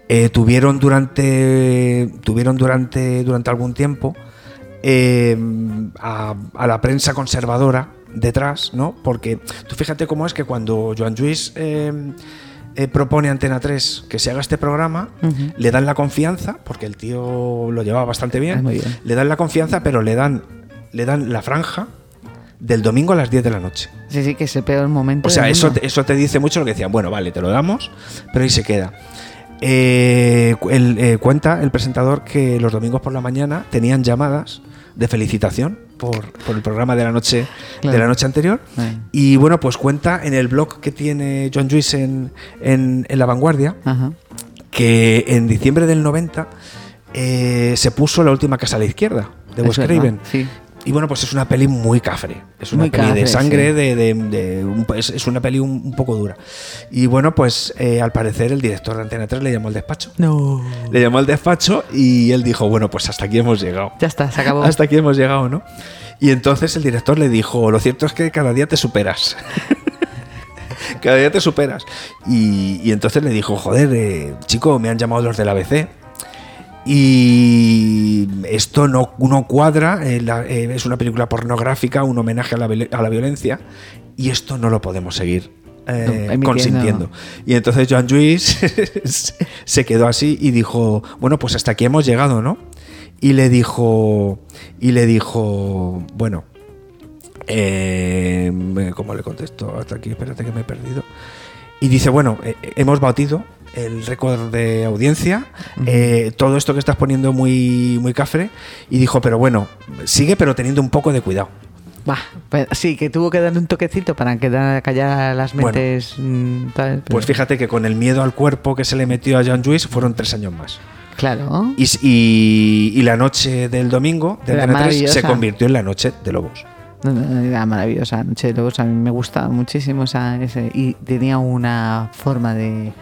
B: eh, tuvieron durante. Tuvieron durante. durante algún tiempo. eh, a, a la prensa conservadora detrás, ¿no? Porque tú fíjate cómo es que cuando Joan Lluís eh, eh, propone a Antena 3 que se haga este programa,
C: Ujú.
B: le dan la confianza, porque el tío lo llevaba bastante bien,
C: Ah, muy bien.
B: le dan la confianza, pero le dan, le dan la franja del domingo a las 10 de la noche.
C: Sí, sí, que es el peor momento.
B: O sea,
C: del
B: eso
C: mundo.
B: te, eso te dice mucho lo que decían, bueno, vale, te lo damos, pero ahí se queda. Eh, cu- el, eh, cuenta el presentador que los domingos por la mañana tenían llamadas de felicitación por, por el programa de la noche,
C: Claro.
B: de la noche anterior.
C: Vale.
B: Y bueno, pues cuenta en el blog que tiene John Lewis en, en- en La Vanguardia
C: Ajá.
B: que en diciembre del 90 eh, se puso la última casa a la izquierda de
C: Es
B: Wes
C: verdad,
B: Craven.
C: Sí.
B: Y bueno, pues es una peli muy cafre. Es una
C: Muy
B: peli
C: cafre,
B: de sangre,
C: sí.
B: de, de- de un- es, es una peli un, un poco dura. Y bueno, pues eh, al parecer el director de Antena 3 le llamó al despacho.
C: No.
B: Le llamó al despacho y él dijo, bueno, pues hasta aquí hemos llegado.
C: Ya está, se acabó.
B: Hasta aquí hemos llegado, ¿no? Y entonces el director le dijo, lo cierto es que cada día te superas. cada día te superas. Y, y entonces le dijo, joder, eh, chico, me han llamado los del ABC. Y esto no, no cuadra, eh, la- eh, es una película pornográfica, un homenaje a la, viol- a la violencia, y esto no lo podemos seguir eh,
C: No, emitiendo.
B: consintiendo. Y entonces Joan Lluís se quedó así y dijo, bueno, pues hasta aquí hemos llegado, ¿no? Y le dijo, y le dijo, bueno, eh, ¿cómo le contesto? Hasta aquí, espérate que me he perdido. Y dice, bueno, eh, eh, hemos batido el récord de audiencia, eh, todo esto que estás poniendo muy, muy cafre, y dijo, pero bueno, sigue pero teniendo un poco de cuidado.
C: Bah, pues sí, que tuvo que darle un toquecito para quedar, callar a las
B: Bueno.
C: mentes. mm, tal, pero-
B: Pues fíjate que con el miedo al cuerpo que se le metió a John Lewis fueron tres años más.
C: Claro.
B: Y, s- y- y la noche del domingo de
C: Era
B: Antena 3 se
C: maravillosa.
B: convirtió en la noche de lobos.
C: No, no, Era maravillosa Noche de Lobos, a mí me gustaba muchísimo esa- ese- y tenía una forma de,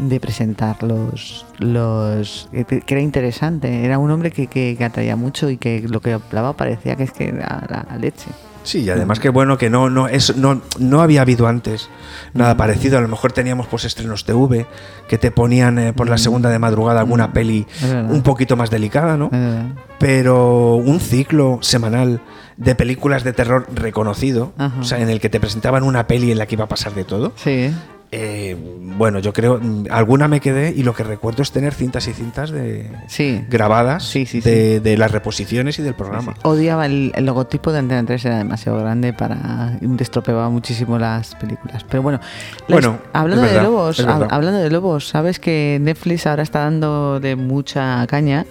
C: de presentar los, los que, te- que era interesante, era un hombre que, que- que atraía mucho y que lo que hablaba parecía que es que era la, leche.
B: Sí, y además que bueno que no no es no no había habido antes
C: Mm.
B: nada parecido. A lo mejor teníamos pues estrenos TV que te ponían eh, por la segunda de madrugada alguna peli
C: Mm. Es verdad.
B: un poquito más delicada, ¿no?
C: Eh,
B: Pero un ciclo semanal de películas de terror reconocido,
C: Ajá.
B: o sea, en el que te presentaban una peli en la que iba a pasar de todo.
C: Sí, ¿eh?
B: eh, bueno, yo creo mm, alguna me quedé y lo que recuerdo es tener cintas y cintas de
C: sí.
B: grabadas
C: Sí, sí,
B: de, de las reposiciones y del programa.
C: Odiaba el, el logotipo de Antena 3, era demasiado grande para. estropeaba muchísimo las películas. Pero bueno, la
B: Bueno,
C: his- hablando
B: es verdad,
C: de lobos,
B: es
C: hab-
B: verdad.
C: hablando de lobos, sabes que Netflix ahora está dando de mucha caña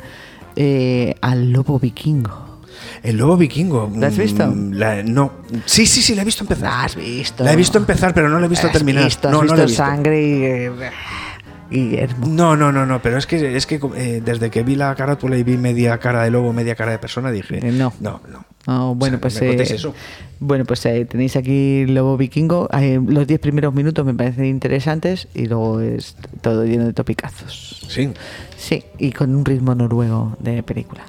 C: eh, al lobo vikingo.
B: El lobo vikingo.
C: ¿La has
B: mm,
C: visto?
B: la- no. Sí, sí, sí, la he visto empezar.
C: La has visto.
B: La he visto empezar, pero no la he visto
C: Has
B: terminar.
C: visto, has
B: no,
C: visto
B: no la he visto.
C: sangre y. eh, y es mu-
B: No, no, no, no, pero es que, es que eh, desde que vi la carátula y vi media cara de lobo, media cara de persona, dije.
C: Eh, no.
B: No, no.
C: Oh, bueno,
B: O sea,
C: pues,
B: me contéis
C: eh,
B: eso.
C: bueno, pues eh, tenéis aquí Lobo Vikingo. Eh, los 10 primeros minutos me parecen interesantes y luego es todo lleno de topicazos.
B: Sí.
C: Sí, y con un ritmo noruego de película.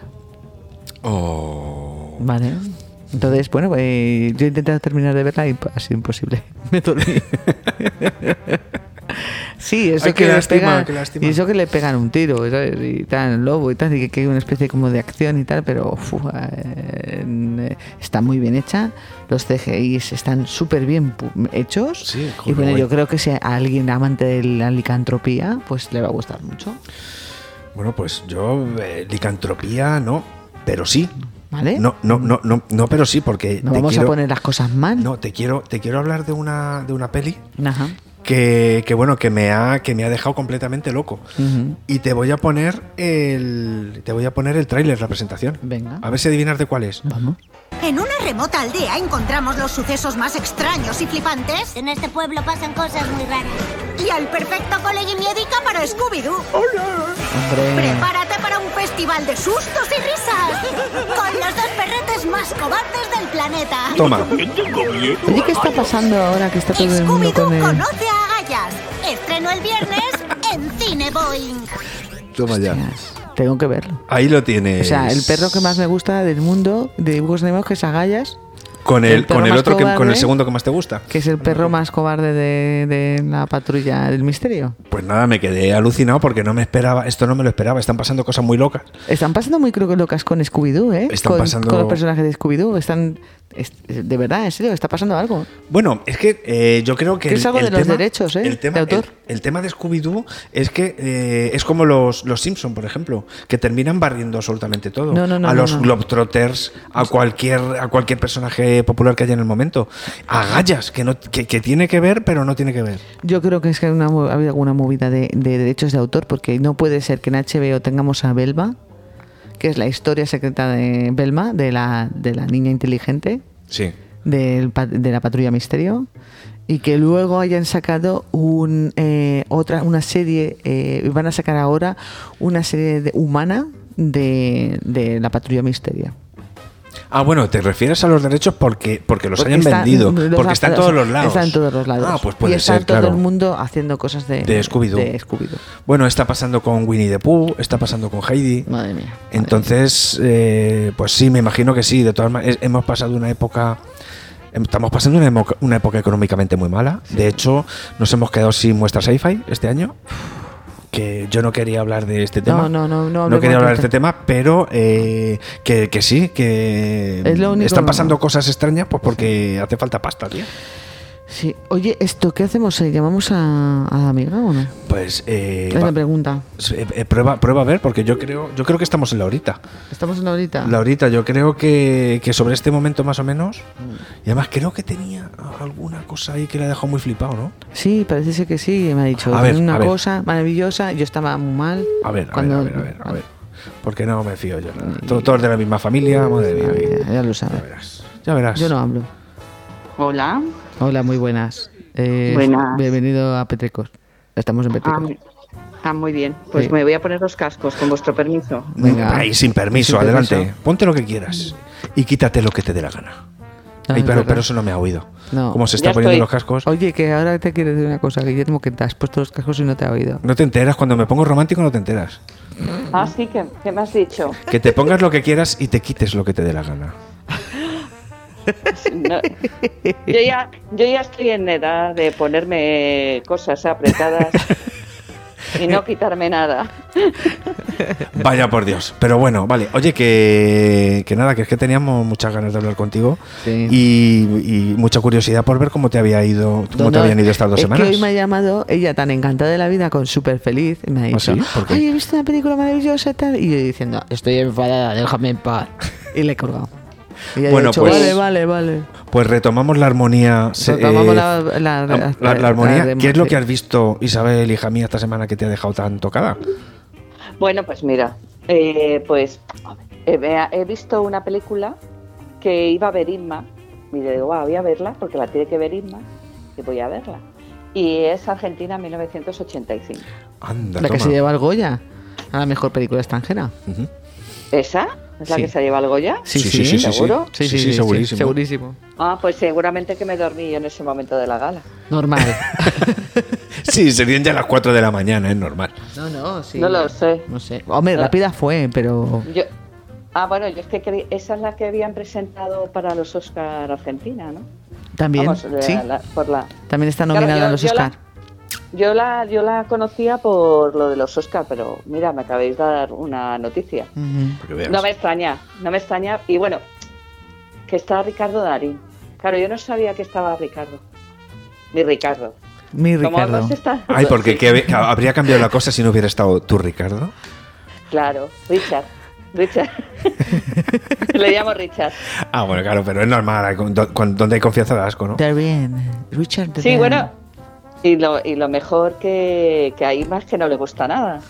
B: Oh.
C: Vale. Entonces, bueno, pues, yo he intentado terminar de verla y ha sido imposible. Me dormí. sí, eso
B: Ay,
C: que
B: qué
C: le
B: lástima,
C: pegan-
B: qué lástima.
C: Y eso que le pegan un tiro, ¿sabes? Y tal, lobo y tal, y que, que hay una especie como de acción y tal, pero fu, eh, en, eh, está muy bien hecha. Los CGIs están súper bien pu- hechos.
B: Sí,
C: y
B: joder,
C: bueno,
B: guay.
C: yo creo que si a alguien amante de la licantropía, pues le va a gustar mucho.
B: Bueno, pues yo, eh, licantropía, no, pero sí.
C: ¿Vale?
B: No, no, no, no, no, pero sí, porque.
C: No
B: te
C: vamos
B: quiero-
C: a poner las cosas mal.
B: No, te quiero, te quiero hablar de una, de una peli
C: Ajá.
B: que, que, bueno, que me ha, que me ha dejado completamente loco.
C: Ujú.
B: Y te voy a poner el. Te voy a poner el tráiler, la presentación.
C: Venga.
B: A ver si adivinas de cuál es.
C: Vamos.
E: En una remota aldea encontramos los sucesos más extraños y flipantes
F: En este pueblo pasan cosas muy raras.
E: y al perfecto colegio médica para Scooby-Doo.
C: Hombre.
E: Prepárate para un festival de sustos y risas. Con los dos perretes más cobardes del planeta.
B: Toma.
C: Oye, ¿qué está pasando ahora que está todo el mundo con
E: Scooby-Doo
C: él?
E: conoce a agallas. Estreno el viernes en Cine Boeing.
A: Toma ya.
C: Tengo que verlo.
B: Ahí lo tienes.
C: O sea, el perro que más me gusta del mundo de dibujos animados que es Agallas,
B: Con
C: el
B: el,
C: perro
B: con el
C: más
B: otro que, con
C: cobarde.
B: el segundo que más te gusta.
C: que es el perro más cobarde de, de la patrulla del misterio.
B: Pues nada, me quedé alucinado porque no me esperaba, esto no me lo esperaba, están pasando cosas muy locas.
C: Están pasando muy cro- locas con Scooby-Doo, ¿eh?
B: Están
C: con,
B: pasando-
C: con los personajes de Scooby-Doo. Están. es- de verdad, en serio, está pasando algo.
B: Bueno, es que eh, yo creo que...
C: Que es algo de los derechos, ¿eh?
B: El tema,
C: de autor.
B: El, el tema de Scooby-Doo es que eh, es como los, los Simpson, por ejemplo, que terminan barriendo absolutamente todo.
C: No, no, no,
B: a
C: no,
B: los
C: no. Pues-
B: Globetrotters, a cualquier, a cualquier personaje popular que haya en el momento. A Gallas, que, no, que, que tiene que ver, pero no tiene que ver.
C: Yo creo que es que hay una mo- ha habido alguna movida de, de derechos de autor, porque no puede ser que en HBO tengamos a Belma, que es la historia secreta de Belma, de la, de la niña inteligente,
B: Sí.
C: del pa- de la patrulla misterio y que luego hayan sacado un, eh, otra una serie eh, van a sacar ahora una serie de- humana de, de la patrulla misterio
B: Ah, bueno, te refieres a los derechos porque, porque los
C: Porque
B: hayan
C: están-
B: vendido,
C: los
B: porque
C: ha-
B: están en
C: o
B: todos
C: sea,
B: los lados.
C: están en todos los lados
B: Ah, pues puede
C: y está
B: ser,
C: todo
B: claro.
C: el mundo haciendo cosas de
B: De Scooby-Doo.
C: de Scooby-Doo.
B: Bueno, está pasando con Winnie the Pooh, está pasando con Heidi.
C: madre mía madre
B: Entonces, eh, pues sí, me imagino que sí. De todas maneras, hemos pasado una época. em, Estamos pasando una, emo- una época económicamente muy mala. De hecho, nos hemos quedado sin muestra sci-fi este año. Que yo no quería hablar de este tema.
C: no, no, no hablemos
B: No quería
C: de
B: hablar de
C: este
B: este tema, pero eh, que, que sí, que
C: Es lo único
B: están
C: que-
B: pasando cosas extrañas pues porque hace falta pasta, tío.
C: sí oye esto qué hacemos Eh, llamamos a, a la amiga o no
B: Pues eh,
C: es
B: va-
C: la pregunta
B: eh, eh, prueba, prueba a ver, porque yo creo, yo creo que estamos en la horita.
C: estamos en la horita
B: Laurita, yo creo que, que sobre este momento más o menos. Y además creo que tenía alguna cosa ahí que la dejó muy flipado, ¿no?
C: Sí, parece ser que sí, me ha dicho.
B: A ver,
C: "Tiene una
B: a ver.
C: cosa maravillosa, yo estaba muy mal.
B: A ver, a
C: cuando- Ah, Mm.
B: ver, a ver, a ver, a ver. Porque no me fío yo. nada. To- Todos de la misma familia, madre mía.
C: Ya, ya lo
B: Ya
C: sabes.
B: verás. Ya verás.
C: eh. Yo no hablo.
G: Hola.
C: Hola, muy buenas. Eh,
G: Buenas.
C: Bienvenido a Petrecos. Estamos en
G: Ah,
C: Petrecos.
G: muy- ah, muy bien. Pues
C: Sí.
G: me voy a poner los cascos, con vuestro permiso.
C: Venga.
B: Ahí, Mm, sin permiso,
C: Sin
B: adelante.
C: permiso.
B: Ponte lo que quieras. Y quítate lo que te dé la gana.
C: No,
B: Ay,
C: Ah, es
B: pero,
C: verdad.
B: pero eso no me ha oído.
C: No.
B: Como se está
G: Ya
B: poniendo
G: estoy.
B: los cascos.
C: Oye, que ahora te quiero decir una cosa, Guillermo, que te has puesto los cascos y no te ha oído.
B: No te enteras, cuando me pongo romántico no te enteras.
G: Ah, sí, ¿qué, qué me has dicho?
B: Que te pongas lo que quieras y te quites lo que te dé la gana.
G: No. Yo, ya, yo ya estoy en edad de ponerme cosas apretadas y no quitarme nada.
B: Vaya por Dios. Pero bueno, vale. Oye, que, que nada, que es que teníamos muchas ganas de hablar contigo
C: Sí.
B: y, y mucha curiosidad por ver cómo te había ido, cómo te
C: No,
B: habían ido estas dos
C: es
B: semanas.
C: Que hoy me ha llamado ella tan encantada de la vida, con súper feliz, y me ha dicho,
B: ¿Ah, sí? ¿Por qué?
C: ay, he visto una película maravillosa y tal. Y yo diciendo, estoy enfadada, déjame en paz. Y le he colgado. Y ella ha
B: Bueno,
C: dicho,
B: pues-
C: vale, vale, vale.
B: Pues retomamos la armonía. se-
C: Retomamos la- la-
B: la-
C: la-
B: la armonía.
C: la-
B: ¿Qué es lo que has visto, Isabel, hija mía, esta semana que te ha dejado tan tocada?
G: Bueno, pues mira, eh, pues a ver, eh, vea, he visto una película que iba a ver Inma y le digo, "Ah, voy a verla porque la tiene que ver Inma y voy a verla. Y es Argentina 1985.
B: Anda,
C: La que
B: toma.
C: se lleva el Goya a la mejor película extranjera.
B: Ujú.
G: ¿Esa? ¿Es la
C: Sí.
G: que se lleva el Goya?
C: Sí, sí,
B: sí, sí, sí.
G: ¿seguro?
B: Sí, sí, segurísimo.
C: segurísimo.
G: Ah, pues seguramente que me dormí yo en ese momento de la gala.
C: Normal.
B: Sí, serían ya las 4 de la mañana, es normal.
C: no, no, sí.
G: No lo sé.
C: No sé. Hombre, rápida fue, pero.
G: Yo, ah, bueno, yo es que creí- esa es la que habían presentado para los Oscar Argentina, ¿no?
C: También.
G: Vamos, la-
C: sí.
G: la- por la,
C: También está
G: Claro,
C: nominada
G: yo-
C: a los
G: yo la-
C: Oscar.
G: Yo la, yo la conocía por lo de los Oscar, pero mira, me acabéis de dar una noticia.
C: Ujú.
B: Porque veas.
G: No me extraña, no me extraña. Y bueno, que está Ricardo Darín. Claro, yo no sabía que estaba Ricardo. Ni Ricardo.
C: Mi
G: Como
C: Ricardo.
G: ambos están-
B: Ay, porque ¿qué habe- habría cambiado la cosa si no hubiera estado tú, Ricardo.
G: Claro, Richard. Richard. Le llamo Richard.
B: Ah, bueno, claro, pero es normal. hay con- do- con- Donde hay confianza da asco, ¿no?
C: Darien. Richard
G: Sí,
C: Darien.
G: bueno. Y lo, y lo mejor que, que hay más que no le gusta nada.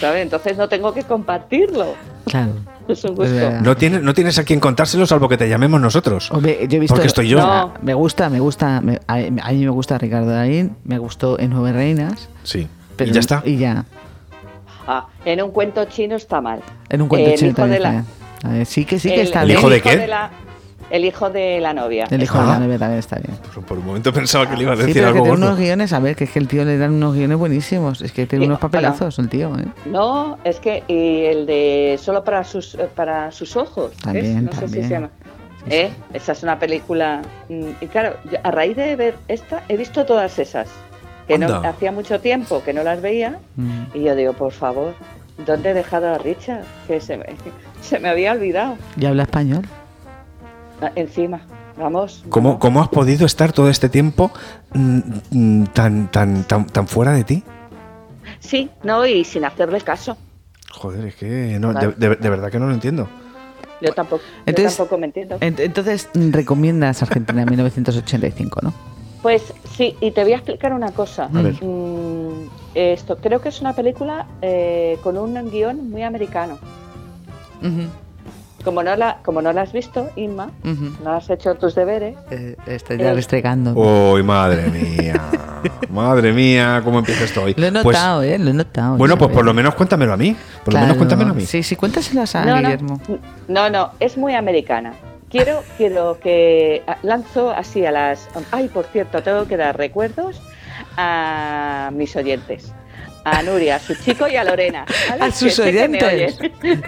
G: ¿Sabes? Entonces no tengo que compartirlo.
C: Claro.
G: Es un
C: Es
G: gusto.
C: verdad.
B: No tienes, no tienes a quien contárselo salvo que te llamemos nosotros.
C: Hombre, yo he visto.
B: Porque estoy yo.
G: No.
C: Me gusta, me gusta. me- a, a mí me gusta Ricardo Darín. Me gustó en Nueve Reinas.
B: Sí.
C: Pero,
B: y ya está.
C: Y ya.
G: Ah, en un cuento chino está mal.
C: En un cuento
G: El
C: chino
G: hijo
C: también
G: de la-
C: está bien. A ver, sí que sí que está
B: ¿El
C: bien.
B: hijo de qué?
G: la- el hijo de la novia.
C: El hijo de
B: Ah.
C: la novia también está bien.
B: Por- Pues Por un momento pensaba que le iba a
C: Sí,
B: decir
C: pero que
B: algo
C: tiene
B: gordo.
C: unos guiones, a ver, que es que el tío le dan unos guiones buenísimos. Es que tiene
G: Sí,
C: unos
G: ojalá.
C: papelazos el tío, ¿eh?
G: No, es que y el de solo para sus eh, para sus ojos. ¿ves?
C: También,
G: no sé si
C: también.
G: se llama.
C: Sí,
G: ¿Eh? Esa es una película. mm, Y claro, yo a raíz de ver esta, he visto todas esas. Que no,
B: Anda.
G: hacía mucho tiempo que no las veía.
C: Mm.
G: Y yo digo, por favor, ¿dónde he dejado a Richard? Que se me, se me había olvidado.
C: Y habla español.
G: Ah, Encima, vamos.
B: ¿Cómo,
G: vamos.
B: ¿Cómo has podido estar todo este tiempo mm, mm, tan, tan, tan, tan fuera de ti?
G: Sí, no, y sin hacerle caso.
B: Joder, es que no,
G: Vale.
B: de, de- de verdad que no lo entiendo.
G: Yo tampoco,
C: Entonces-
G: yo tampoco me entiendo.
C: Ent- Entonces, mm, recomiendas Argentina 1985, ¿no?
G: Pues sí, y te voy a explicar una cosa.
C: A ver.
G: Mm, esto, creo que es una película eh, con un guión muy americano. Como no, la, como no la has visto, Inma,
C: Ujú.
G: no has hecho tus deberes,
C: Eh, está ya restregando.
B: ¡Uy, madre mía! ¡Madre mía! ¿Cómo empieza esto hoy?
C: Lo he
B: Pues-
C: notado, ¿eh? Lo he notado.
B: bueno, pues
C: Isabel.
B: por lo menos cuéntamelo a mí. Por lo menos
C: Claro.
B: cuéntamelo a mí.
C: Sí, sí, cuéntaselas a
G: No,
C: Guillermo.
G: No, no, no, es muy americana. Quiero, quiero que a- lanzo así a las. Ay, por cierto, tengo que dar recuerdos a mis oyentes. A Nuria, a su chico y a Lorena. ¿vale?
C: A sus
G: Que sé que me
C: oyentes.
G: oyen.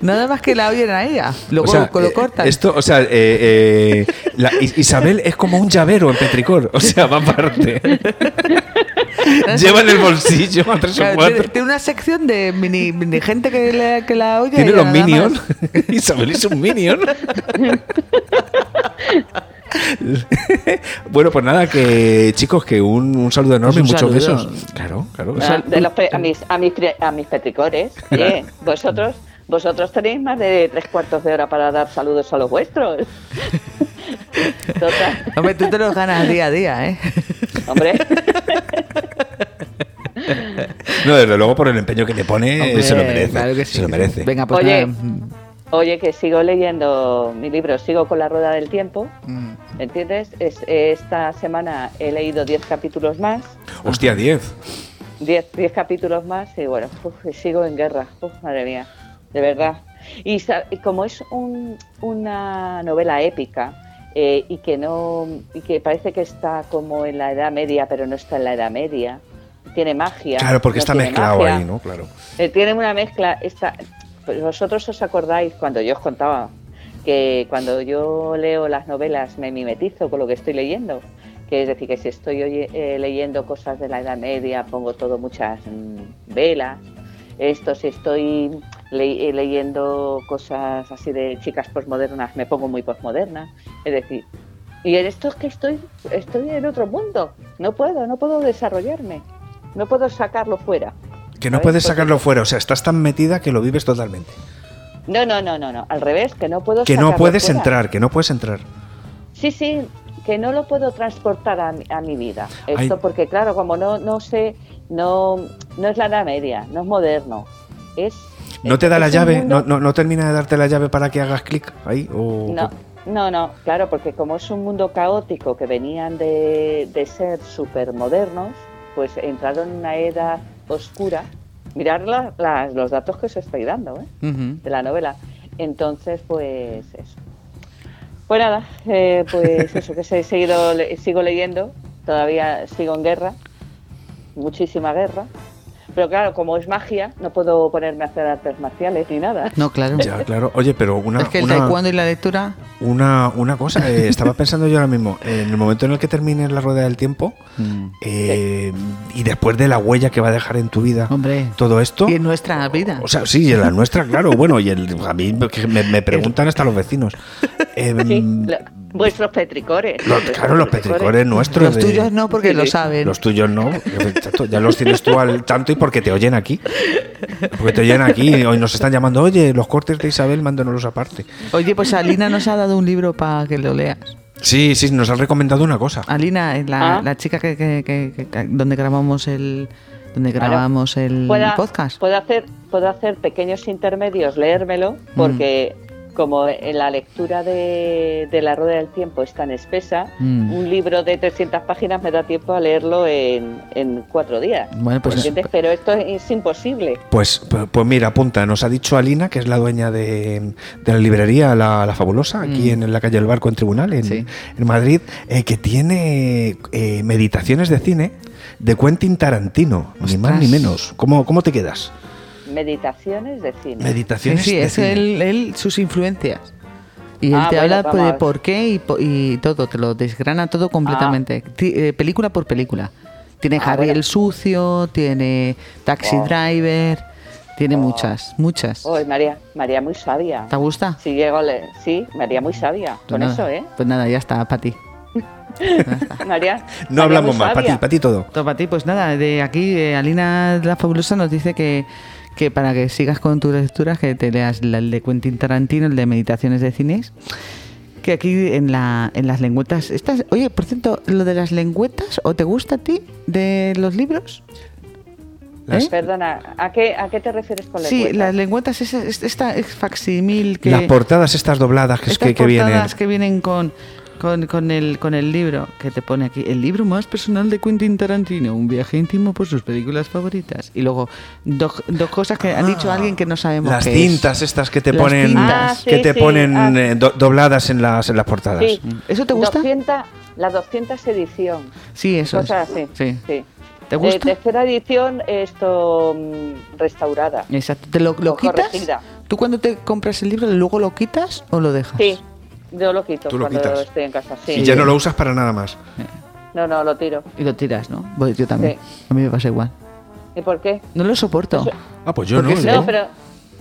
C: Nada más que la oyen a ella. Luego
B: O sea,
C: lo
B: eh,
C: cortan.
B: Esto, o sea, eh, eh, la- I- Isabel es como un llavero en Petricor. O sea, va aparte. Lleva en el bolsillo a tres o
C: Claro,
B: cuatro.
C: tiene, tiene una sección de mini, mini gente que la, que la oye.
B: Tiene
C: y
B: los
C: nada más.
B: minions. Isabel es un minion. bueno, pues nada, que chicos, que un, un saludo enorme
C: Pues
B: y
C: un
B: muchos
C: saludo.
B: besos. Claro, claro.
G: Ah, de los pe- a, mis, a, mis, pre- a mis petricores. oye, vosotros, vosotros tenéis más de tres cuartos de hora para dar saludos a los vuestros. Total.
C: Hombre, tú te los ganas día a día, ¿eh?
G: Hombre,
B: No, desde luego por el empeño que te pone,
C: Hombre,
B: se lo merece.
C: Eh, claro que sí.
B: Se lo merece.
C: Venga, pues nada.
G: Oye.
C: Mm,
G: oye, que sigo leyendo mi libro, sigo con la rueda del tiempo.
C: mm.
G: ¿Entiendes? Es- eh, esta semana he leído 10 capítulos más,
B: Hostia, 10.
G: 10 10 capítulos más y bueno, uf, y sigo en guerra, Uf, madre mía, de verdad. Y, sa- y como es un- una novela épica eh, y que no y que parece que está como en la Edad Media, pero no está en la Edad Media, tiene magia.
B: Claro, porque
G: no
B: está
G: tiene
B: mezclado
G: magia.
B: ahí, ¿no? Claro.
G: Eh, tiene una mezcla. Esta, pues vosotros os acordáis cuando yo os contaba que cuando yo leo las novelas me mimetizo con lo que estoy leyendo. Que es decir, que si estoy oye- eh, leyendo cosas de la Edad Media, pongo todo muchas mm, velas. Esto, si estoy le- eh, leyendo cosas así de chicas posmodernas, me pongo muy posmoderna. Es decir, y en esto es que estoy, estoy en otro mundo. No puedo, no puedo desarrollarme. No puedo sacarlo fuera.
B: Que no
G: ¿Sabes?
B: puedes
G: Porque-
B: sacarlo fuera, o sea, estás tan metida que lo vives totalmente.
G: No, no, no, no, no. Al revés, que no puedo.
B: Que no
G: sacarlo
B: puedes
G: fuera.
B: entrar, que no puedes entrar.
G: Sí, sí, que no lo puedo transportar a, mi- a mi vida. Esto
B: Ay.
G: porque claro, como no, no sé, no, no es la edad media, no es moderno, es.
B: ¿No te da
G: es
B: la
G: un
B: llave?
G: mundo-
B: ¿No, no, no termina de darte la llave para que hagas clic ahí? O...
G: No, no, no, claro, porque como es un mundo caótico que venían de, de ser súper modernos, pues entraron en una edad oscura. Mirad la- las- los datos que os estoy dando, ¿eh?
C: Ujú.
G: de la novela. Entonces, pues eso. Pues nada, eh, pues eso, que se- he seguido, le- sigo leyendo, todavía sigo en guerra, muchísima guerra. Pero claro, como es magia, no puedo ponerme a hacer artes marciales ni nada.
C: No, claro.
B: Ya, claro. Oye, pero una,
C: es que el
B: una,
C: taekwondo y la lectura.
B: una, una cosa, eh, estaba pensando yo ahora mismo, eh, en el momento en el que termines la rueda del tiempo, eh, y después de la huella que va a dejar en tu vida
C: Hombre.
B: todo esto...
C: Y en nuestra vida.
B: O sea, sí, y en la nuestra, claro. Bueno, y el, a mí que me, me preguntan hasta los vecinos. Em,
G: Sí, lo- vuestros petricores.
B: los-
G: vuestros
B: claro, los petricores nuestros.
C: los
B: de-
C: tuyos no, porque
G: Sí,
C: lo
G: sí.
C: saben.
B: Los tuyos no, exacto, ya los tienes tú al tanto y porque te oyen aquí. Porque te oyen aquí, hoy nos están llamando, oye, los cortes de Isabel, mándanos aparte.
C: Oye, pues Alina nos ha dado un libro para que lo leas.
B: Sí, sí, nos han recomendado una cosa.
C: Alina es la,
G: Ah.
C: la chica que, que- que- que- donde grabamos el donde
G: Claro.
C: grabamos el
G: Pueda-
C: podcast.
G: Puedo hacer, puedo hacer pequeños intermedios, leérmelo, porque
B: Mm.
G: como en la lectura de, de La Rueda del Tiempo es tan espesa,
C: Mm.
G: un libro de 300 páginas me da tiempo a leerlo en, en cuatro días.
C: Bueno, pues-
G: ¿Entiendes? Pero esto es, es imposible.
B: Pues, pu- pues mira, apunta, nos ha dicho Alina, que es la dueña de, de la librería La, La Fabulosa, aquí en, la calle del Barco en Tribunal, en,
C: Mm. Sí.
B: en Madrid, eh, que tiene eh, meditaciones de cine de Quentin Tarantino, ni más ni
C: Ostras.
B: menos. ¿Cómo, cómo te quedas?
G: Meditaciones de cine.
C: Sí,
B: Meditaciones
C: sí,
B: de
C: es
B: cine.
C: él, él- sus influencias. Y él
G: Ah,
C: te
G: bueno,
C: habla pues, de
G: vamos.
C: por qué y, po- y todo, te lo desgrana todo completamente, Ti- eh, película por película. Tiene
G: Ah,
C: Harry
G: bueno.
C: el Sucio, tiene Taxi
G: Wow.
C: Driver, tiene muchas, muchas.
G: Oh, María, María muy sabia.
C: ¿Te gusta?
G: Si llego a leer- sí, María muy sabia.
C: Pues
G: Con
C: nada,
G: eso, ¿eh?
C: Pues nada, ya está, para ti.
G: María.
B: No
G: María
B: hablamos
G: muy
B: más, para ti,
G: sabia.
B: para ti todo.
C: Todo para ti, pues nada, de aquí eh, Alina la Fabulosa nos dice que, que para que sigas con tus lecturas, que te leas la- el de Quentin Tarantino, el de Meditaciones de Cines, que aquí en, la, en las lengüetas, estas, oye, por cierto, lo de las lengüetas, ¿o te gusta a ti de los libros?
B: Las,
C: ¿Eh?
G: Perdona, ¿a qué, ¿a qué te refieres con
C: Sí,
G: lengüetas?
C: las lengüetas, es, es- esta es facsimil que...
B: las portadas estas dobladas que, es
C: Estas
B: que, que vienen.
C: portadas que vienen con, con, con el, con el libro que te pone aquí. El libro más personal de Quentin Tarantino. Un viaje íntimo por sus películas favoritas. Y luego dos, dos cosas que ha dicho alguien que no sabemos
B: Ah, Las
C: qué es.
B: cintas estas que te
C: Las
B: ponen,
C: cintas.
G: Ah,
B: que
G: sí,
B: te
G: sí,
B: ponen
G: ah.
B: eh, do- dobladas en las, en las portadas.
G: Sí.
C: ¿Eso te gusta?
G: 200, la 200 edición.
C: Sí, eso es.
G: cosas así.
C: Sí.
G: sí.
C: ¿Te
G: Eh,
C: gusta?
G: tercera edición, esto mm, restaurada.
C: Exacto. ¿Te lo, lo
G: O
C: quitas?
G: corregida.
C: ¿Tú cuando te compras el libro, luego lo quitas o lo dejas?
G: Sí, yo lo quito
B: Tú lo
G: cuando
B: quitas.
G: estoy en casa. Sí.
B: Y ya no lo usas para nada más.
G: No, no, lo tiro.
C: Y lo tiras, ¿no? Pues yo también. A mí me pasa igual.
G: ¿Y por qué?
C: No lo soporto.
B: Ah, pues yo
C: Porque
B: no.
C: es-
B: yo-
C: ¿Eh?
G: No, pero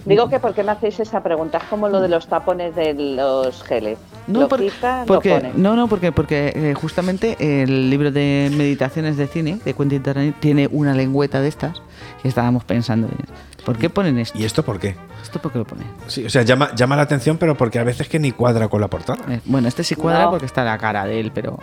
G: digo que ¿por qué me hacéis esa pregunta? Es como lo de los tapones de los geles. lo
C: por-
G: quita,
C: porque,
G: lo pone.
C: no, no, porque, porque eh, justamente el libro de meditaciones de cine de Quentin Tarantino tiene una lengüeta de estas y estábamos pensando en ¿por qué ponen esto?
B: ¿Y esto por qué?
C: ¿Esto por qué lo ponen?
B: Sí, o sea, llama, llama la atención, pero porque a veces que ni cuadra con la portada.
C: Eh, bueno, este sí cuadra
G: No.
C: porque está la cara de él, pero...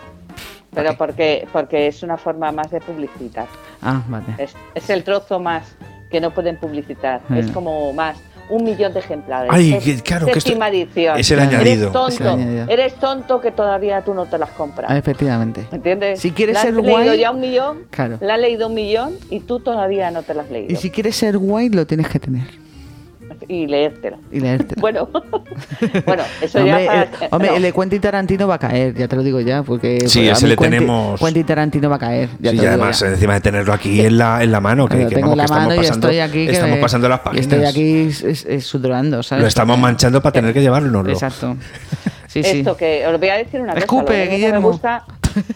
G: Pero porque, porque es una forma más de publicitar.
C: Ah, vale.
G: Es, es el trozo más que no pueden publicitar.
C: Eh.
G: Es como más. Un millón de ejemplares.
B: Ay,
G: Es
B: que- claro, que esto-
G: séptima edición.
B: es el
C: Claro.
B: añadido.
G: Eres
C: Es el
G: tonto.
C: añadido.
G: Eres tonto que todavía tú no te las compras.
C: Ah, efectivamente.
G: ¿Me ¿Entiendes?
C: Si quieres
G: La has
C: ser
G: leído
C: guay-
G: ya un millón,
C: Claro.
G: la has leído un millón y tú todavía no te las has leído.
C: Y si quieres ser guay, lo tienes que tener
G: Y leértela.
C: y leértelo.
G: Bueno, bueno, eso ya
C: hombre,
G: para-
C: el, hombre,
G: no.
C: el de Quentin Tarantino va a caer, ya te lo digo ya, porque...
B: Sí,
C: porque a
B: ese
C: mí
B: le
C: Quentin-
B: tenemos-
C: Quentin Tarantino va a caer, ya
B: Sí,
C: te lo
B: y
C: digo
B: además,
C: ya.
B: encima de tenerlo aquí en la, en la mano, que,
C: Lo
B: que
C: tengo en
B: vamos, que
C: la
B: estamos
C: mano y
B: pasando,
C: estoy aquí. que
B: estamos
C: me-
B: pasando las
C: y
B: páginas.
C: Estoy aquí es- es- sudando, ¿sabes?
B: Lo estamos manchando para tener que llevárnoslo.
C: Exacto. Sí, sí.
G: Esto que os voy a decir una
C: Escupe,
G: cosa. Lo único, que me
C: Guillermo.
G: gusta,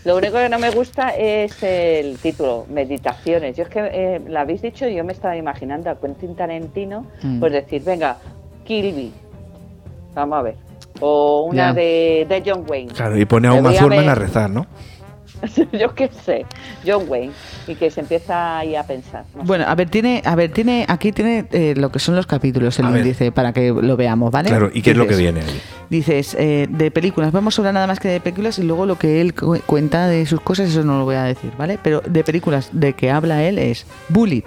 G: lo único que no me gusta es el título, Meditaciones. Yo es que eh, la habéis dicho y yo me estaba imaginando a Quentin Tarantino,
C: Mm.
G: pues decir, venga, Kilby. Vamos a ver. O una
C: Ya.
G: de, de John Wayne.
B: Claro, y pone a
G: Me
B: Uma
G: voy a
B: Thurman
G: ver-
B: a rezar, ¿no?
G: yo qué sé, John Wayne. Y que se empieza ahí a pensar. no sé.
C: Bueno, a ver, tiene, a ver, tiene, aquí tiene eh, lo que son los capítulos, el
B: A ver.
C: índice, para que lo veamos, ¿vale?
B: Claro, ¿y qué es lo que
C: Dices-
B: viene ahí?
C: Dices, eh, de películas, vamos a hablar nada más que de películas y luego lo que él cu- cuenta de sus cosas, eso no lo voy a decir, ¿vale? Pero de películas de que habla él es Bullet,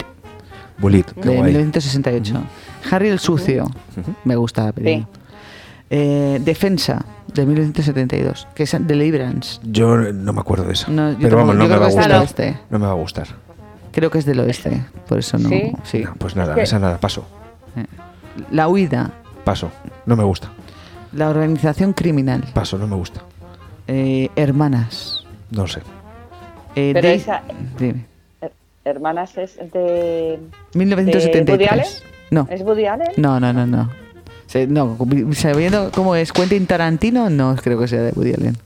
B: Bullet, qué
C: de
B: guay.
C: 1968, Harry el Sucio, me gusta la película, Eh, Defensa, de 1972, que es Deliverance,
B: Yo no me acuerdo de esa.
C: No, yo
B: pero vamos,
C: tampoco-
B: no
C: yo
B: me
C: creo
B: va a
C: que está
B: gustar.
C: en este.
B: No me va a gustar.
C: creo que es del oeste, por eso no.
G: ¿Sí?
C: sí.
B: No, pues nada,
G: que-
B: esa nada, paso.
C: La huida,
B: Paso. No me gusta.
C: la organización criminal,
B: Paso, no me gusta.
C: eh, hermanas.
B: No sé.
C: eh,
G: Pero
C: Dave-
G: esa-
C: dime.
G: Her- Hermanas es de. ¿De Woody Allen?
C: 1973. No,
G: ¿Es Woody Allen?
C: no, no, no. no. Se- no, sabiendo cómo es Quentin Tarantino, no creo que sea de Woody Allen.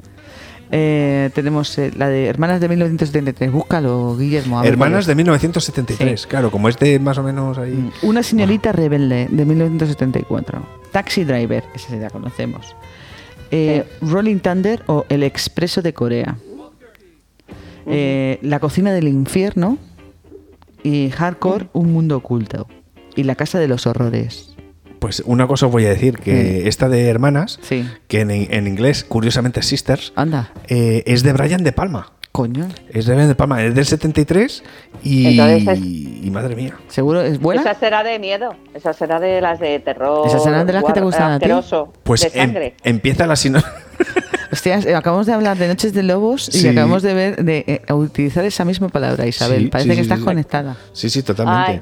C: Eh, tenemos eh, la de Hermanas de 1973. Búscalo, Guillermo. a ver cuál
B: Hermanas
C: es.
B: de 1973, claro, como este más o menos ahí.
C: Mm. Una señorita rebelde de 1974. Taxi Driver, esa ya conocemos. Eh, Rolling Thunder o El Expreso de Corea. Eh, la cocina del infierno. Y Hardcore, un mundo oculto. Y la casa de los horrores.
B: Pues una cosa os voy a decir, que esta de hermanas,
C: Mm. Sí.
B: que en, en inglés, curiosamente Sisters,
C: Anda.
B: eh, es de Brian De Palma.
C: Coño.
B: Es de Brian De Palma, es del 73 y,
G: Entonces es-
B: y madre mía.
C: ¿Seguro es buena?
G: Esa será de miedo, esa será de las de terror.
C: Esas serán de las que te
G: guar-
C: gustan a ti.
G: asqueroso,
B: Pues
G: de
B: em-
G: sangre.
B: empieza la sinopsis.
C: Hostias, eh, acabamos de hablar de Noches de Lobos y
B: Sí.
C: acabamos de ver de eh, utilizar esa misma palabra, Isabel.
B: Sí,
C: Parece que
B: sí, sí,
C: estás
B: sí.
C: conectada.
B: Sí, sí, totalmente.
G: Ay,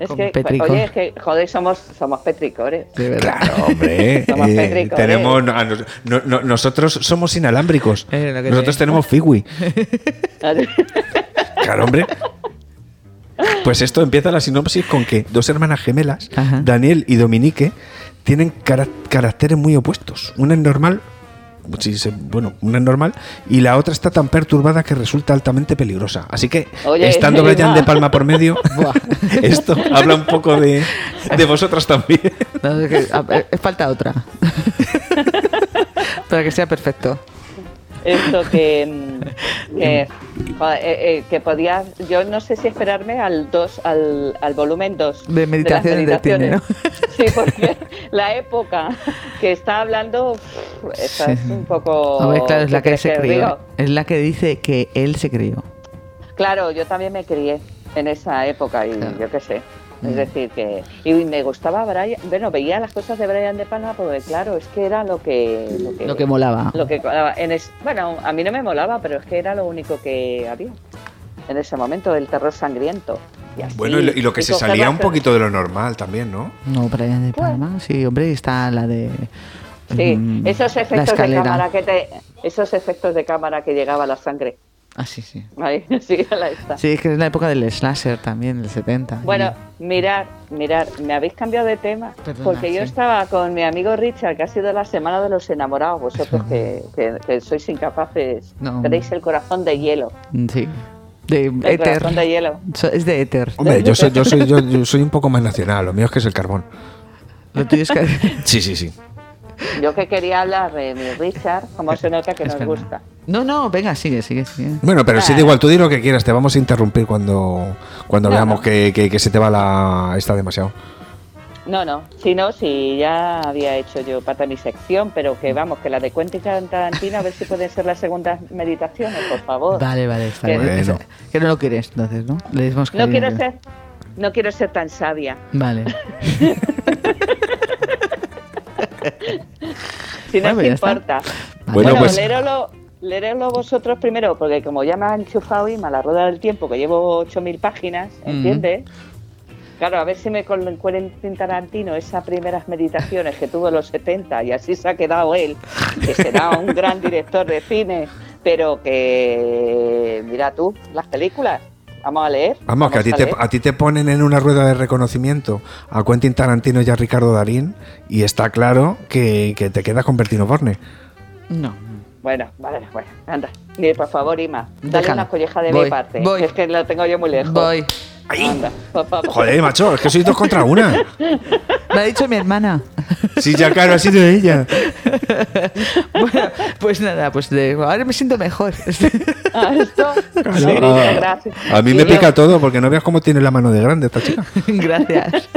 G: es
C: Con
G: que,
C: petricor.
G: oye, es que, joder, somos, somos petricores.
C: De verdad.
B: Claro, hombre.
G: Somos
B: eh,
G: Pedrico,
B: tenemos,
G: eh.
B: no, no- no- nosotros somos inalámbricos.
C: Eh, lo que
B: Nosotros
C: te-
B: tenemos Fiwi. Claro, hombre. Pues esto empieza la sinopsis con que dos hermanas gemelas,
C: Ajá.
B: Daniel y Dominique, tienen cara- caracteres muy opuestos. Una es normal, sí, se- bueno, una es normal, y la otra está tan perturbada que resulta altamente peligrosa. Así que,
G: Oye,
B: estando
G: es
B: Brian
G: verdad.
B: de Palma por medio, esto habla un poco de, de vosotras también.
C: No, es que- a- eh, falta otra. Para que sea perfecto.
G: Esto que. mm, que, joder, eh, eh, que podía. Yo no sé si esperarme al 2, al, al volumen 2.
C: De meditaciones de
G: Sí, porque la época que está hablando. pff, esta
C: Sí.
G: es un poco.
C: A ver, claro, es la que
G: ¿crees
C: se
G: río?
C: crió. Es la que dice que él se crió.
G: Claro, yo también me crié en esa época y
C: Claro. Mm.
G: yo qué sé. Es decir, que. Y me gustaba Brian. Bueno, veía las cosas de Brian De Palma porque, claro, es que era lo que. Lo que,
C: Lo que molaba.
G: lo que colaba. en es- bueno, a mí no me molaba, pero es que era lo único que había en ese momento, el terror sangriento. Y así,
B: Bueno, y lo, y lo que
G: y
B: se
G: coger
B: salía
G: las-
B: un poquito de lo normal también, ¿no?
C: No, Brian de Palma. Sí, hombre, está la de.
G: Sí,
C: mm,
G: esos
C: la
G: efectos de
C: escalera.
G: cámara que te, esos efectos de cámara que llegaba la sangre.
C: Ah, sí, sí.
G: Ahí, sí, a la esta.
C: Sí, es que es la época del slasher también, del 70.
G: Bueno, mirar, mirar, me habéis cambiado de tema
C: Perdona,
G: porque yo
C: sí.
G: estaba con mi amigo Richard, que ha sido la semana de los enamorados, vosotros que, que- que sois incapaces,
C: No.
G: tenéis el corazón de hielo,
C: Mm, Sí. De
G: el
C: éter.
G: corazón de hielo.
C: So- Es de éter.
B: Hombre, yo soy, yo, soy, yo, yo soy un poco más nacional, lo mío es que es el carbón.
C: Lo tuyo es que.
B: Sí, sí, sí.
G: Yo que quería hablar de mi Richard, como se nota que
C: Es
G: nos
C: verdad.
G: gusta.
C: No, no, venga, sigue, sigue, sigue.
B: Bueno, pero sí, da igual, tú di lo que quieras, te vamos a interrumpir cuando, cuando
G: No,
B: veamos
G: no.
B: que, que- que se te va la... está demasiado.
G: No, no, si no, si ya había hecho yo pata mi sección, pero que vamos, que la de Quentin Tarantino, a ver si pueden ser las segundas meditaciones, por favor.
C: Vale, vale, está
G: Que-
C: bien.
B: Bueno.
C: Que no lo quieres, entonces, ¿no? Le dimos
G: No quiero
C: cariño.
G: ser, no quiero ser tan sabia.
C: Vale.
G: Si
C: Bueno,
G: no
C: pues
G: os
C: ya está.
G: importa.
C: Vale.
B: Bueno,
G: Bueno,
B: pues-
G: leeroslo, leeroslo vosotros primero, porque como ya me ha enchufado y a la rueda del tiempo, que llevo 8.000 páginas, ¿entiendes? Claro, a ver si me con Quentin Tarantino esas primeras meditaciones que tuvo en los 70 y así se ha quedado él, que será un gran director de cine, pero que mira tú, las películas, vamos a leer.
B: Vamos, que a ti, te,
G: leer.
B: a ti te ponen en una rueda de reconocimiento a Quentin Tarantino y a Ricardo Darín y está claro que, que te quedas con Bertino Borne.
C: No.
G: Bueno, vale, bueno, anda. Mire, por favor, Ima, dale
C: Déjala.
G: una colleja de
C: Voy,
G: mi parte.
C: voy.
G: que Es que lo tengo yo muy lejos.
C: Voy.
B: Ahí.
G: Anda, por favor.
B: Joder, macho, es que sois dos contra una.
C: Me ha dicho mi hermana.
B: Sí, ya claro, ha sido ella.
C: Bueno, pues nada, pues de- ahora me siento mejor.
G: Ah, esto.
B: Claro.
G: Ay, Rita, gracias.
B: Ah, A mí
G: Y
B: me
G: luego-
B: pica todo porque no veas cómo tiene la mano de grande esta chica.
C: Gracias.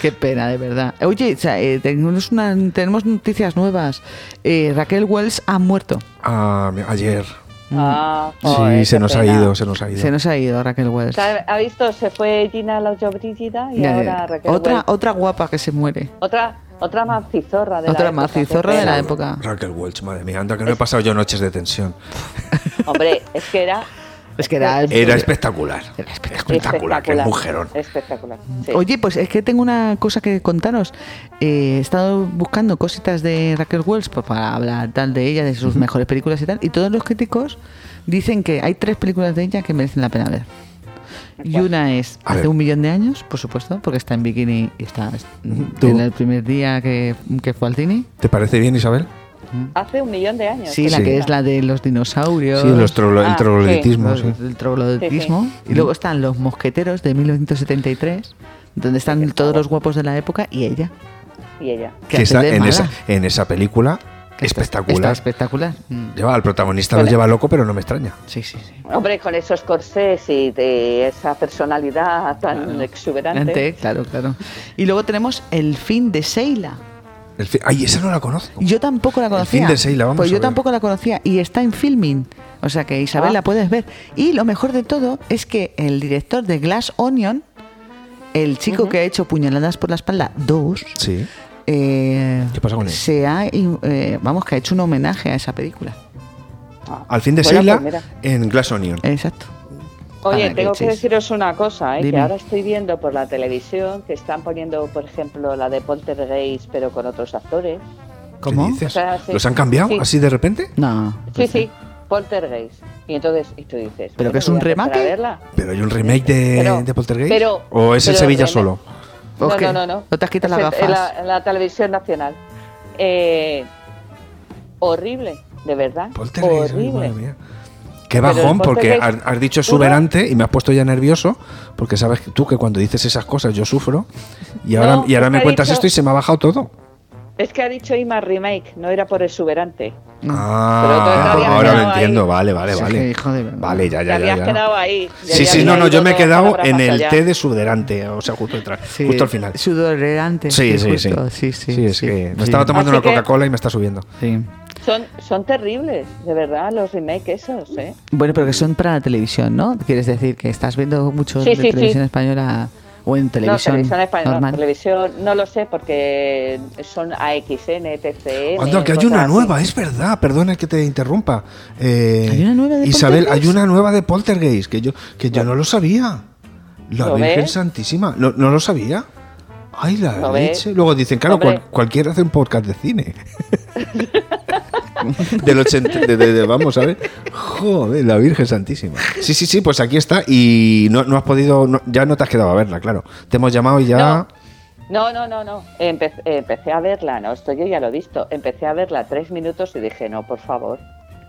C: Qué pena, de verdad. Oye, o sea, eh, tenemos, una- tenemos noticias nuevas. Eh, Raquel Wells ha muerto.
B: Ah, ayer.
G: Ah,
B: Sí,
G: joder,
B: se
G: qué
B: nos ha
G: pena.
B: ido, se nos ha ido.
C: Se nos ha ido Raquel Wells.
G: ¿Sabe- ¿Ha visto? Se fue Gina la Brígida y
C: Ya, ya.
G: ahora Raquel.
C: otra,
G: Welch.
C: otra guapa que se muere.
G: otra, otra macizorra de la
C: Otra
G: época, ¿eh?
C: macizorra
G: qué
C: de la
G: pena.
C: época.
B: Oh, Raquel Welch, madre mía, anda que no he pasado yo noches de tensión.
G: Hombre, es que era
C: Es que era,
B: Era espectacular. Era
G: espectacular.
B: espectacular, que mujerón.
G: Espectacular. sí.
C: Oye, pues es que tengo una cosa que contaros. Eh, he estado buscando cositas de Raquel Wells pues, para hablar tal de ella, de sus mejores películas y tal. Y todos los críticos dicen que hay tres películas de ella que merecen la pena ver. Y una es
B: A
C: hace
B: ver.
C: un millón de años, por supuesto, porque está en bikini y está
B: ¿Tú?
C: en el primer día que, que fue al cine.
B: ¿Te parece bien, Isabel?
G: Hace un millón de años.
C: Sí,
G: qué
C: la que
G: pena.
C: es la de los dinosaurios.
B: Sí, los trolo-
G: Ah,
B: el
G: sí.
B: trololitismo,
C: Los-
B: sí.
C: el troglodetismo. Y luego están Los Mosqueteros de 1973, donde están todos los guapos de la época y ella.
G: Y ella.
C: Que
B: Que
C: hace
B: está
C: de
B: en
C: mala.
B: esa, en esa película
C: Que está- está
B: espectacular.
C: espectacular. Mm.
B: Lleva, al protagonista lo
G: Hola.
B: lleva loco, pero no me extraña.
C: Sí, sí, sí.
G: Hombre, con esos corsés y de esa personalidad tan exuberante.
C: Ante, claro, claro. Y luego tenemos El fin de Seila.
B: El fi- Ay, esa no la conozco.
C: Yo tampoco la
B: El
C: conocía.
B: fin de Sheila, vamos
C: pues
B: a
C: yo
B: ver.
C: tampoco la conocía y está en filming. O sea que Isabel
G: Ah.
C: la puedes ver. Y lo mejor de todo es que el director de Glass Onion, el chico que ha hecho Puñaladas por la Espalda 2,
B: Sí.
C: eh,
B: ¿Qué pasa con él?
C: Se ha, in- eh, vamos, que ha hecho un homenaje a esa película.
G: Ah,
B: Al fin de
G: bueno,
B: Sheila
G: pues mira.
B: en Glass Onion.
C: Exacto.
G: Oye,
C: Ah,
G: tengo
C: leches.
G: que deciros una cosa, ¿eh? que
C: Dime.
G: ahora estoy viendo por la televisión que están poniendo, por ejemplo, la de Poltergeist, pero con otros actores.
C: ¿Cómo?
B: ¿Qué dices?
G: O sea, sí.
B: ¿Los han cambiado
G: Sí.
B: así de repente?
C: No.
G: Sí, sí, Poltergeist. Y entonces, y tú dices.
C: Pues ¿Pero que es un
G: voy a empezar
C: remake?
G: a verla.
B: ¿Pero hay un remake de,
G: Pero-
B: de Poltergeist?
G: pero-
B: ¿O es el
G: pero
B: Sevilla
G: remake.
B: solo?
C: ¿O
G: No,
C: qué?
G: no, no, no.
C: ¿No te has quitado
G: Es
C: las
G: en- en
C: gafas?
G: la, en la televisión nacional. Eh, horrible, de verdad.
B: Poltergeist, ay, madre
G: Horrible.
B: mía. Qué
G: Pero el
B: bajón, porque has,
G: Poltergeist-
B: has dicho
G: Uno-
B: exuberante y me has puesto ya nervioso, porque sabes que tú que cuando dices esas cosas yo sufro, y ahora,
G: No,
B: y ahora
G: es que
B: me
G: ha
B: cuentas
G: dicho-
B: esto y se me ha bajado todo.
G: Es que ha dicho Ima remake, no era por exuberante. Pero te
B: Ah,
G: habías
B: ahora lo
G: quedado ahí.
B: entiendo, vale, vale,
C: Sí,
B: vale.
C: que hijo de-
B: Vale, ya,
G: Te
B: ya, ya.
G: habías
B: ya.
G: quedado ahí.
B: Sí,
G: Ya
B: sí,
G: había
B: no, no,
G: ido
B: yo me he
G: dos
B: quedado
G: palabras
B: en
G: más
B: el
G: allá.
B: té de suderante, o sea, justo detrás,
C: Sí,
B: justo al final.
C: Sudorerante.
B: Sí, sí, sí.
C: justo, sí, sí.
B: es
C: sí,
B: que me
C: sí.
B: estaba tomando
G: Así
B: una
G: que-
B: Coca-Cola y me está subiendo.
C: Sí.
G: Son, son terribles, de verdad, los remake esos, ¿eh?
C: Bueno, pero que son para la televisión, ¿no? Quieres decir que estás viendo mucho
G: Sí,
C: de
G: sí, sí.
C: televisión española o en televisión,
G: no, televisión española,
C: normal.
G: televisión, no lo sé, porque son AXN, TCN.
B: Anda, que hay
G: cosas
B: una
G: así.
B: nueva, es verdad, perdona que te interrumpa. Eh,
C: ¿Hay una nueva de
B: Isabel, hay
C: Poltergeist?
B: una nueva de Poltergeist, que yo, que yo no lo sabía. La
G: ¿Lo
B: Virgen
G: ves?
B: Santísima, no, no lo sabía. Ay, la
G: ¿Lo ves?
B: leche. Luego dicen, claro, cual-
G: Hombre.
B: cualquiera hace un podcast de cine. Del 80, de- de- de- vamos a ver. Joder, la Virgen Santísima. Sí, sí, sí, pues aquí está. Y no, no has podido, no- ya no te has quedado a verla, claro. Te hemos llamado y ya.
G: No, no, no, no. Empe- empecé a verla, no, esto yo ya lo he visto. Empecé a verla tres minutos y dije, no, por favor.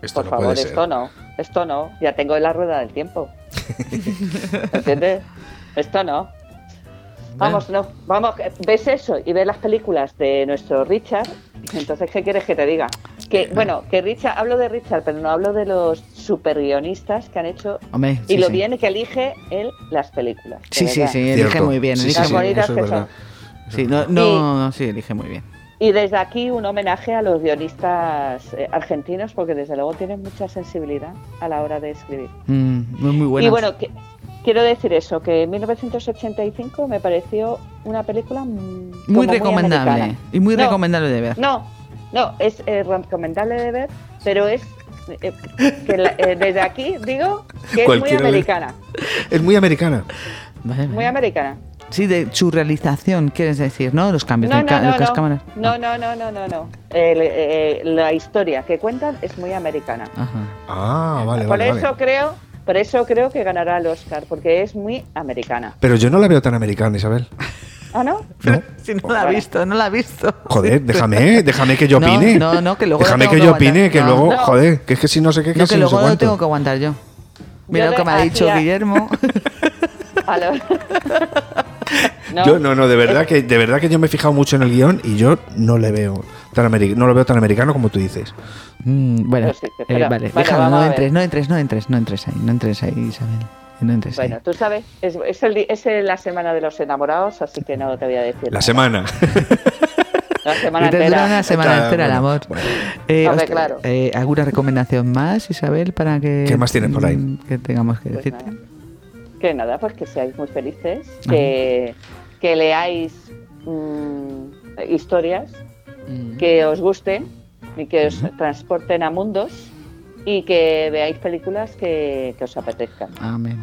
B: Esto
G: por
B: no
G: favor,
B: puede ser.
G: esto no, esto no. Ya tengo la rueda del tiempo. ¿Entiendes? Esto no. Vamos, no, vamos, que ves eso y ves las películas de nuestro Richard, entonces ¿qué quieres que te diga?
B: Eh.
G: Que, bueno, que Richard, hablo de Richard, pero no hablo de los super guionistas que han hecho
C: Hombre,
G: y
C: sí,
G: lo
C: sí.
G: bien que elige él las películas. de
C: Sí, sí,
G: verdad.
C: sí, elige
B: Cierto.
C: muy bien.
B: Sí,
C: Elige
B: sí,
G: Las
B: sí,
C: muy bien.
G: bonitas
B: eso es
G: que
B: verdad.
G: son.
C: Sí, no, no, sí, elige muy bien.
G: Y desde aquí un homenaje a los guionistas eh, argentinos, porque desde luego tienen mucha sensibilidad a la hora de escribir.
C: Mm, muy, muy buena.
G: Y bueno, que- quiero decir eso, que 1985 me pareció una película mm, como
C: muy recomendable.
G: americana.
C: y muy
G: No,
C: recomendable de ver.
G: No, no, es eh, recomendable de ver, pero es eh, que la- eh, desde aquí digo que es muy
B: Cualquiera de-
G: americana,
B: Es muy americana.
C: Vale, vale.
G: muy americana.
C: Sí, de su realización, quieres decir, ¿no? Los cambios
G: No,
C: de,
G: no,
C: ca-
G: no,
C: de las
G: no,
C: cámaras.
G: no, no, no, no, no, no. El, eh, la historia que cuentan es muy americana.
C: Ajá.
B: Ah, vale,
G: por
B: vale.
G: eso
B: vale.
G: creo, por eso creo que ganará el Oscar, porque es muy americana.
B: Pero yo no la veo tan americana, Isabel.
G: ¿Ah, no?
B: ¿No?
C: Si no la ha
G: Bueno.
C: visto, no la ha visto.
B: Joder, déjame, déjame que yo
C: No,
B: opine.
C: no, no, que luego
B: Déjame
C: lo
B: que
C: tengo
B: yo
C: que
B: opine,
C: aguantar.
B: que
C: No.
B: luego,
G: No.
B: joder, que es que si no sé qué, que
C: No,
B: si
C: que
B: no sé
C: luego lo
B: cuánto.
C: tengo que aguantar yo. Mira
G: Yo
C: lo que me ha
G: le
C: dicho
G: hacía-
C: Guillermo.
G: A lo- No.
B: Yo no, no, de verdad que de verdad que yo me he fijado mucho en el guión y yo no le veo tan ameri- no lo veo tan americano como tú dices.
C: Mm, bueno,
G: Pues sí,
C: eh,
G: espera.
C: vale,
G: Vale,
C: déjalo,
G: vamos
C: no
G: a ver.
C: entres, no entres, no entres, no entres ahí, no entres ahí, Isabel. No entres
G: Bueno,
C: ahí.
G: tú sabes, es, es el di- es el- la semana de los enamorados, así que no te voy a decir.
B: La
G: nada.
B: semana.
G: La semana
C: Y te dura
G: entera.
C: una semana
B: Está,
C: entera el
B: bueno,
C: amor.
B: bueno.
C: Eh,
G: Hombre,
C: hostia,
G: claro.
C: eh, ¿Alguna recomendación más, Isabel, para que...
B: ¿Qué más tienes por ahí?
C: mm, Que tengamos que
G: Pues
C: decirte.
G: nada. Que nada, pues que seáis muy felices, que, que leáis mm, historias que os gusten y que os transporten a mundos y que veáis películas que, que os apetezcan.
C: Amén.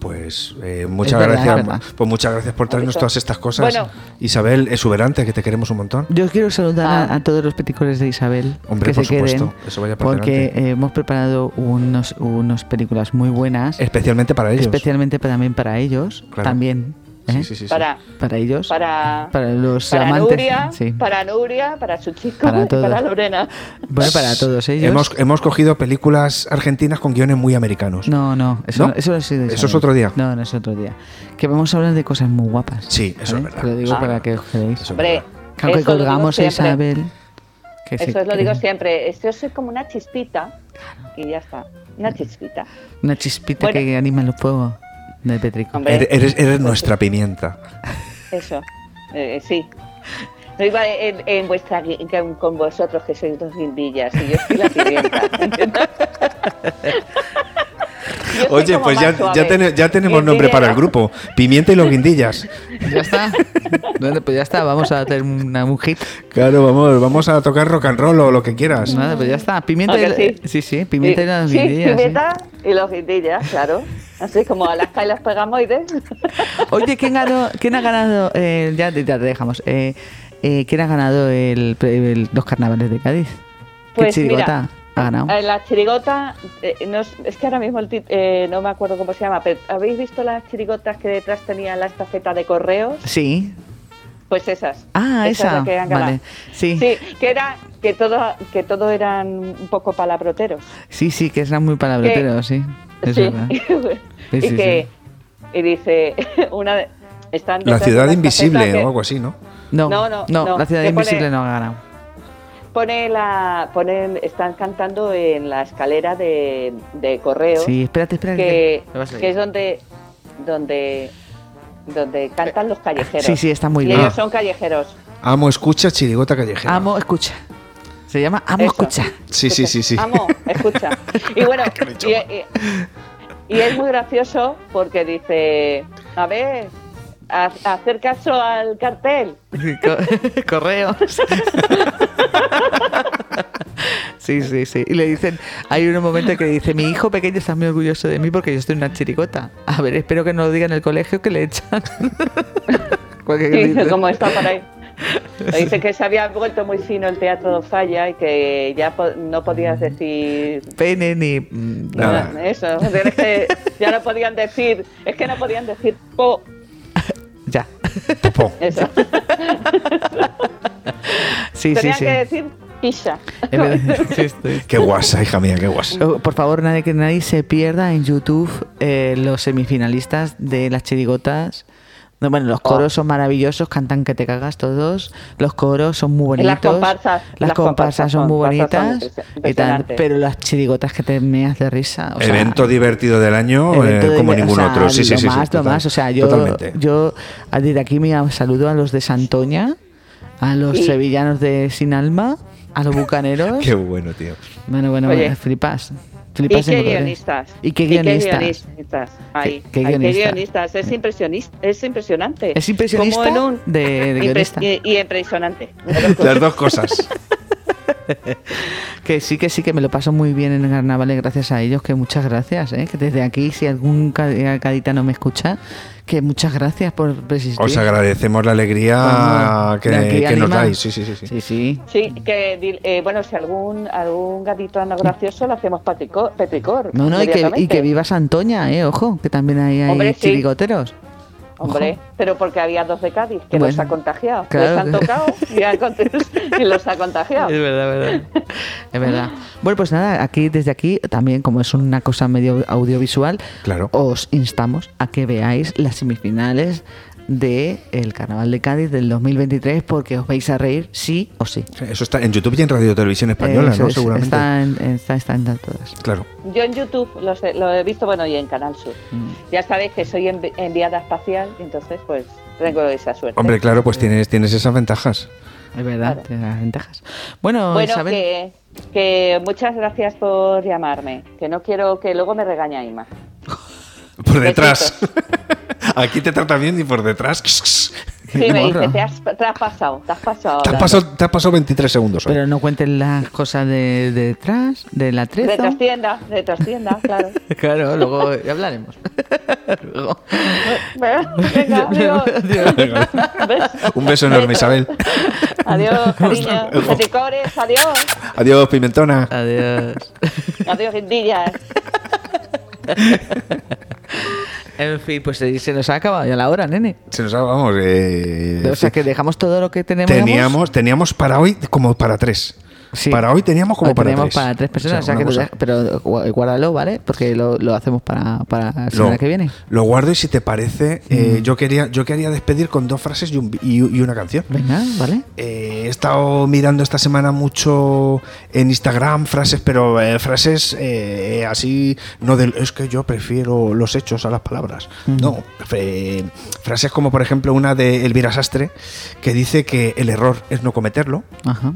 B: Pues eh, muchas
C: verdad,
B: gracias,
C: es verdad.
B: pues muchas gracias por traernos
G: Eso.
B: todas estas cosas.
G: Bueno.
B: Isabel, exuberante, que te queremos un montón.
C: Yo quiero saludar a-
G: Ah.
C: a, todos los peticores de Isabel
B: Hombre,
C: que
B: por
C: se
B: supuesto,
C: queden,
B: eso vaya por
C: porque
B: delante.
C: eh, hemos preparado unos, unos películas muy buenas,
B: Especialmente para ellos.
C: especialmente para- también para ellos,
B: Claro.
C: también
B: Sí,
C: ¿eh?
B: sí, sí, sí.
G: Para,
C: para ellos,
G: para,
C: para los
G: para
C: amantes,
G: Nuria,
C: sí.
G: para Nuria, para su chico
C: Para
G: y
C: todos.
G: para Lorena.
C: bueno, para todos ellos.
B: Hemos, hemos cogido películas argentinas con guiones muy americanos.
C: No, no, eso
B: ¿No?
C: no, eso no ha sido
B: Eso
C: Isabel.
B: es otro día.
C: No, no es otro día. Que vamos a hablar de cosas muy guapas.
B: Sí, eso es verdad.
C: Te lo digo
B: Eso es
C: para
B: verdad.
C: que os quedéis.
B: Eso es
G: Hombre,
B: verdad.
C: Que aunque
G: eso lo digo
C: colgamos a
G: siempre.
C: Isabel. que se
G: Eso es lo digo
C: quede
G: siempre. es- Yo soy como una chispita y ya está. Una chispita.
C: Una chispita
G: Bueno.
C: que anima los fuegos de Petrico.
G: Hombre.
B: Eres, eres nuestra pimienta.
G: Eso. Eh, sí. No iba en, en vuestra, gui- con- con vosotros, que sois dos guindillas, y yo soy la pimienta. Yo soy
B: Oye,
G: como
B: pues
G: más
B: ya, ya,
G: suave.
B: tene- ya tenemos nombre
G: Guindilla.
B: para el grupo. Pimienta y los guindillas.
C: Pues Ya está. Bueno, pues ya está, vamos a hacer una, un hit.
B: Claro, vamos, vamos a tocar rock and roll o lo que quieras.
C: Nada, pues ya está. Pimienta
G: ¿A
C: y
G: que
C: sí, sí, pimienta y las
G: Sí,
C: guindillas, ¿eh? sí.
G: pimienta y los guindillas, claro. Así como Alaska y los pegamoides.
C: Oye, ¿quién, ganó, ¿quién ha ganado? eh, ya, te- ya te dejamos. Eh, eh, ¿Quién ha ganado el, pre- el- los carnavales de Cádiz? ¿Qué
G: Pues
C: chirigota
G: mira,
C: ha ganado?
G: eh, la chirigota, eh, no es, es que ahora mismo el tit- eh, no me acuerdo cómo se llama, pero ¿habéis visto las chirigotas que detrás tenía la estafeta de correos?
C: Sí.
G: Pues esas.
C: Ah,
G: Esa es
C: esa.
G: la que han
C: vale.
G: ganado.
C: Sí. sí.
G: Sí, que era que todo que todo eran un poco palabroteros.
C: Sí, que es muy palabrotero, sí. Es
G: Sí.
C: verdad. Sí,
G: y
C: sí,
G: que y dice una de- están
B: La
G: detrás de
B: ciudad
G: una
B: invisible
G: estafeta que
B: o algo así, ¿no?
C: No, no,
G: No,
C: no,
G: no, no.
C: la ciudad
G: Le pone-
C: invisible no ha ganado.
G: Pone la ponen están cantando en la escalera de de correo
C: Sí, espérate, espérate.
G: que,
C: Lo vas a leer.
G: que es donde donde donde cantan los callejeros.
C: Sí, sí, está muy
G: Y
C: bien.
G: ellos son callejeros.
B: Amo, escucha, chirigota callejera.
C: Amo, escucha. Se llama Amo,
G: Eso.
C: escucha.
B: Sí, sí, sí, sí.
G: Amo, escucha. Y bueno, y, y- y es muy gracioso porque dice, a ver, ha- hacer caso al cartel.
C: Co- Correos. Sí, sí, sí. Y le dicen, hay un momento que dice, mi hijo pequeño está muy orgulloso de mí porque yo estoy una chiricota. A ver, espero que no lo diga en el colegio que le echan. Porque
G: Y dice,
C: dice-
G: ¿cómo está por ahí? Le Dice que se había vuelto muy fino el teatro de falla y que ya po- no podías decir
C: Pene ni... mm,
B: Nada.
G: eso. Es que ya no podían decir, es que no podían decir po.
C: Ya.
B: Popó.
G: Eso.
C: Sí, sí,
G: Tenían
C: sí.
G: que decir pisa.
C: En vez de- sí, estoy-
B: Qué guasa, hija mía, qué guasa.
C: Oh, Por favor, nadie que nadie se pierda en YouTube eh, los semifinalistas de las chirigotas. No, bueno, los coros
G: Oh.
C: son maravillosos, cantan que te cagas todos. Los coros son muy bonitos.
G: Las comparsas-
C: Las
G: las
C: comparsas
G: comparsas
C: son muy
G: son
C: bonitas.
G: impresi-
C: y tal,
G: impresionantes.
C: pero las chirigotas que te meas de risa. o sea,
B: evento divertido del año eh,
C: evento de-
B: como
C: o
B: ningún
C: sea,
B: otro. Sí, sí,
C: lo
B: sí. sí,
C: Más, lo
B: total-
C: más. O sea, yo,
B: Totalmente.
C: yo desde aquí me saludo a los de Santoña, a los
G: Sí.
C: sevillanos de Sin Alma, a los bucaneros.
B: Qué bueno, tío.
C: Bueno, bueno,
G: Oye.
C: bueno, flipas.
G: ¿Y
C: Flipas en
G: qué
C: colores.
G: guionistas?
C: ¿Y qué guionistas?
G: guionistas? Ay,
C: ¿Qué- qué
G: ay,
C: guionistas?
G: guionistas? Es, impresionista, es impresionante.
C: ¿Es impresionista
G: Como en un-
C: de- de
G: impres-
C: guionista?
G: Y, y impresionante.
B: Las dos cosas.
C: Que sí, que sí, que me lo paso muy bien en el carnaval y gracias a ellos, que muchas gracias, ¿eh? Que desde aquí, si algún ca- caditano me escucha, que muchas gracias por persistir.
B: Os agradecemos la alegría
C: Vamos,
B: que,
C: de aquí
B: que nos
C: anima.
B: dais. Sí, sí, sí. sí.
C: Sí, sí.
G: Sí, que di- eh, bueno, si algún algún gatito no gracioso lo hacemos patrico- petricor.
C: No, no, y que, y
G: inmediatamente.
C: que viva Santoña, ¿eh? Ojo, que también ahí hay
G: Hombre, sí.
C: chirigoteros.
G: Hombre, pero porque había dos de Cádiz que
C: Bueno,
G: los ha contagiado.
C: claro.
G: Los han tocado y, han cont- y los ha contagiado.
C: Es verdad, verdad. Es verdad. Bueno, pues nada, aquí desde aquí también, como es una cosa medio audiovisual,
B: Claro.
C: os instamos a que veáis las semifinales del Carnaval de Cádiz del 2023 porque os vais a reír sí o sí.
B: Eso está en YouTube y en Radio Televisión Española,
C: Eh, Eso
B: ¿no?
C: es,
B: Seguramente.
C: Están, están, están todas.
B: Claro.
G: Yo en YouTube los he- lo he visto, bueno, y en Canal Sur.
B: Mm.
G: Ya sabéis que soy envi- enviada espacial, y entonces pues tengo esa suerte.
B: Hombre, claro, pues tienes, tienes esas ventajas.
C: Es verdad,
G: Claro.
C: tiene las ventajas. Bueno,
G: Bueno,
C: Isabel,
G: que, que muchas gracias por llamarme. Que no quiero que luego me regañe Ima.
B: Por detrás. Aquí te trata bien y por detrás.
G: Sí, me
C: Morra.
G: dice, te has, te has pasado, te has pasado.
B: Te has
G: ahora".
B: pasado, te has pasado 23 segundos. hoy.
C: pero no cuenten las cosas de, de detrás, de la
G: De
C: trezo.
G: trastienda, de trastienda, claro.
C: Claro, luego ya hablaremos. Luego.
G: Venga, adiós.
B: Venga. Un beso enorme, Isabel.
G: Adiós, cariño. Peticores, adiós.
B: Adiós, Pimentona.
C: Adiós.
G: Adiós, guindillas.
C: En fin, pues eh, se nos ha acabado ya la hora, nene.
B: Se nos ha, vamos. eh,
C: O sea que dejamos todo lo que tenemos.
B: teníamos, teníamos para hoy como para tres.
C: Sí.
B: Para hoy teníamos como
C: Hoy
B: para
C: teníamos
B: tres.
C: para tres personas, o sea,
B: una
C: que tú
B: cosa.
C: deja- pero gu- guárdalo, ¿vale? Porque lo, lo hacemos para, para la
B: lo,
C: semana que viene. Mm.
B: lo guardo y si te parece, eh, yo quería yo quería despedir con dos frases y, un vi- y- y una canción.
C: Venga, ¿vale?
B: Eh, he estado mirando esta semana mucho en Instagram frases, pero eh, frases eh, así, no del es que yo prefiero los hechos a las palabras. No, eh, frases como por ejemplo una de Elvira Sastre, que dice que el error es no cometerlo,
C: Ajá.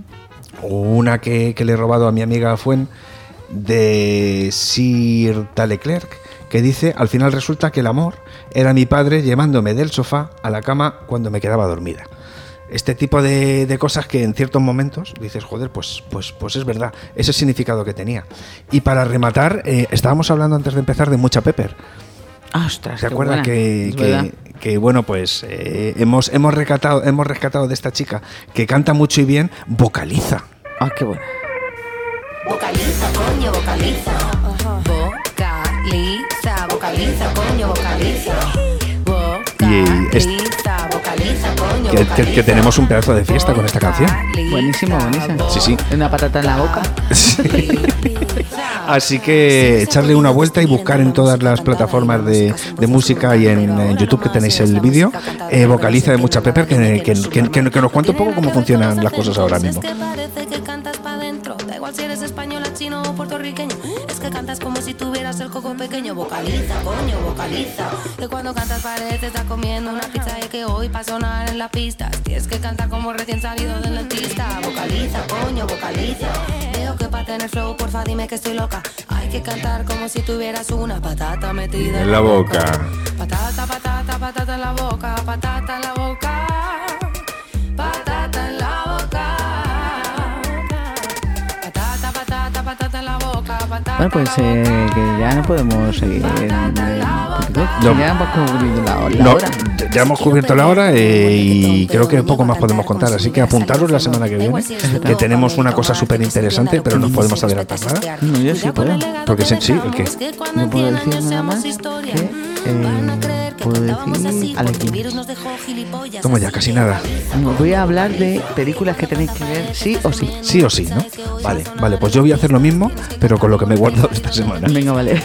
B: o una que, que le he robado a mi amiga Fuen de Sir Taleclerc, que dice, al final resulta que el amor era mi padre llevándome del sofá a la cama cuando me quedaba dormida. Este tipo de, de cosas que en ciertos momentos dices, joder, pues, pues, pues es verdad, ese es el significado que tenía. Y para rematar, eh, estábamos hablando antes de empezar de Mucha Pepper.
C: Ah, ostras,
B: ¿Se
C: qué buena.
B: acuerdan que,
C: Es
B: que-
C: verdad.
B: que, bueno, pues eh, hemos, hemos, recatado, hemos rescatado de esta chica que canta mucho y bien, vocaliza?
C: Ah, qué buena.
H: Vocaliza, coño, vocaliza. Vocaliza, vocaliza, coño, vocaliza. Vocaliza, vocaliza, coño,
B: que- que- que tenemos un pedazo de fiesta con esta canción.
H: Vocaliza,
C: Buenísimo, buenísimo.
B: Sí, sí.
C: Una patata en la boca.
B: Así que echarle una vuelta y buscar en todas las plataformas de, de música y en, en YouTube que tenéis el vídeo, eh, vocaliza de mucha Pepper, que, que, que- que- que nos cuente un poco cómo funcionan las cosas ahora mismo.
H: Es que parece que cantas pa' dentro. Da igual si eres española, chino o puertorriqueño. Es que cantas como si tuvieras el coco pequeño. Vocaliza, coño, vocaliza. Que cuando cantas parece estar comiendo una pizza. Y que hoy pa' sonar en la pista. Tienes que cantar como recién salido del dentista. Vocaliza, coño, vocaliza. Veo que para tener flow, porfa, dime que estoy loca. Hay que cantar como si tuvieras una patata metida
B: En la boca.
H: Patata, patata, patata en la boca, patata en la boca. Patata en la boca. Patata, patata, patata en la boca, patata.
C: Bueno, pues eh, que ya no podemos seguir en el TikTok.
B: No.
C: Ya hemos cubrido la, la
B: No,
C: hora.
B: ya hemos cubierto la hora eh, y creo que poco más podemos contar, así que apuntaros la semana que viene, que tenemos una cosa súper interesante, pero no podemos adelantar nada.
C: No, yo sí puedo.
B: Porque sí, sí, ¿el qué?
C: No puedo decir nada más que eh, puedo decir Alequines.
B: Toma ya, casi nada.
C: No, Voy a hablar de películas que tenéis que ver sí o sí.
B: Sí o sí, ¿no? Vale, vale, pues yo voy a hacer lo mismo, pero con lo que me he guardado esta semana.
C: Venga, vale.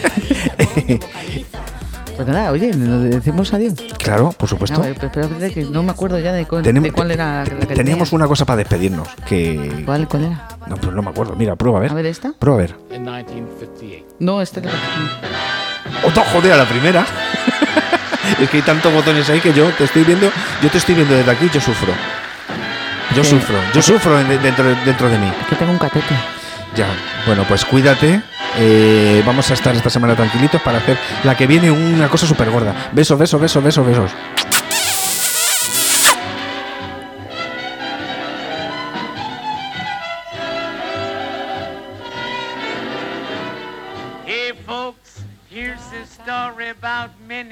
C: pues nada, oye, nos decimos adiós.
B: Claro, por supuesto.
C: Ah, vale, pero espera, espera, que no me acuerdo ya de, cuál-
B: Tenem-
C: de cuál era.
B: te-
C: la que
B: teníamos
C: tenía.
B: una cosa para despedirnos, que...
C: ¿Cuál, cuál era?
B: No, pues no me acuerdo. Mira, prueba a ver.
C: A ver, ¿esta?
B: Prueba a ver.
C: No, esta era la
B: ¡Otra joder a la primera! es que hay tantos botones ahí que yo te estoy viendo, yo te estoy viendo desde aquí y yo sufro. Yo
C: Sí.
B: sufro, yo sufro en- dentro, dentro de mí.
C: que tengo un catete.
B: Ya, bueno, pues cuídate. eh, vamos a estar esta semana tranquilitos para hacer la que viene una cosa súper gorda. Besos, besos, besos, besos, besos.
I: Hey, folks, here's the story about Minnie.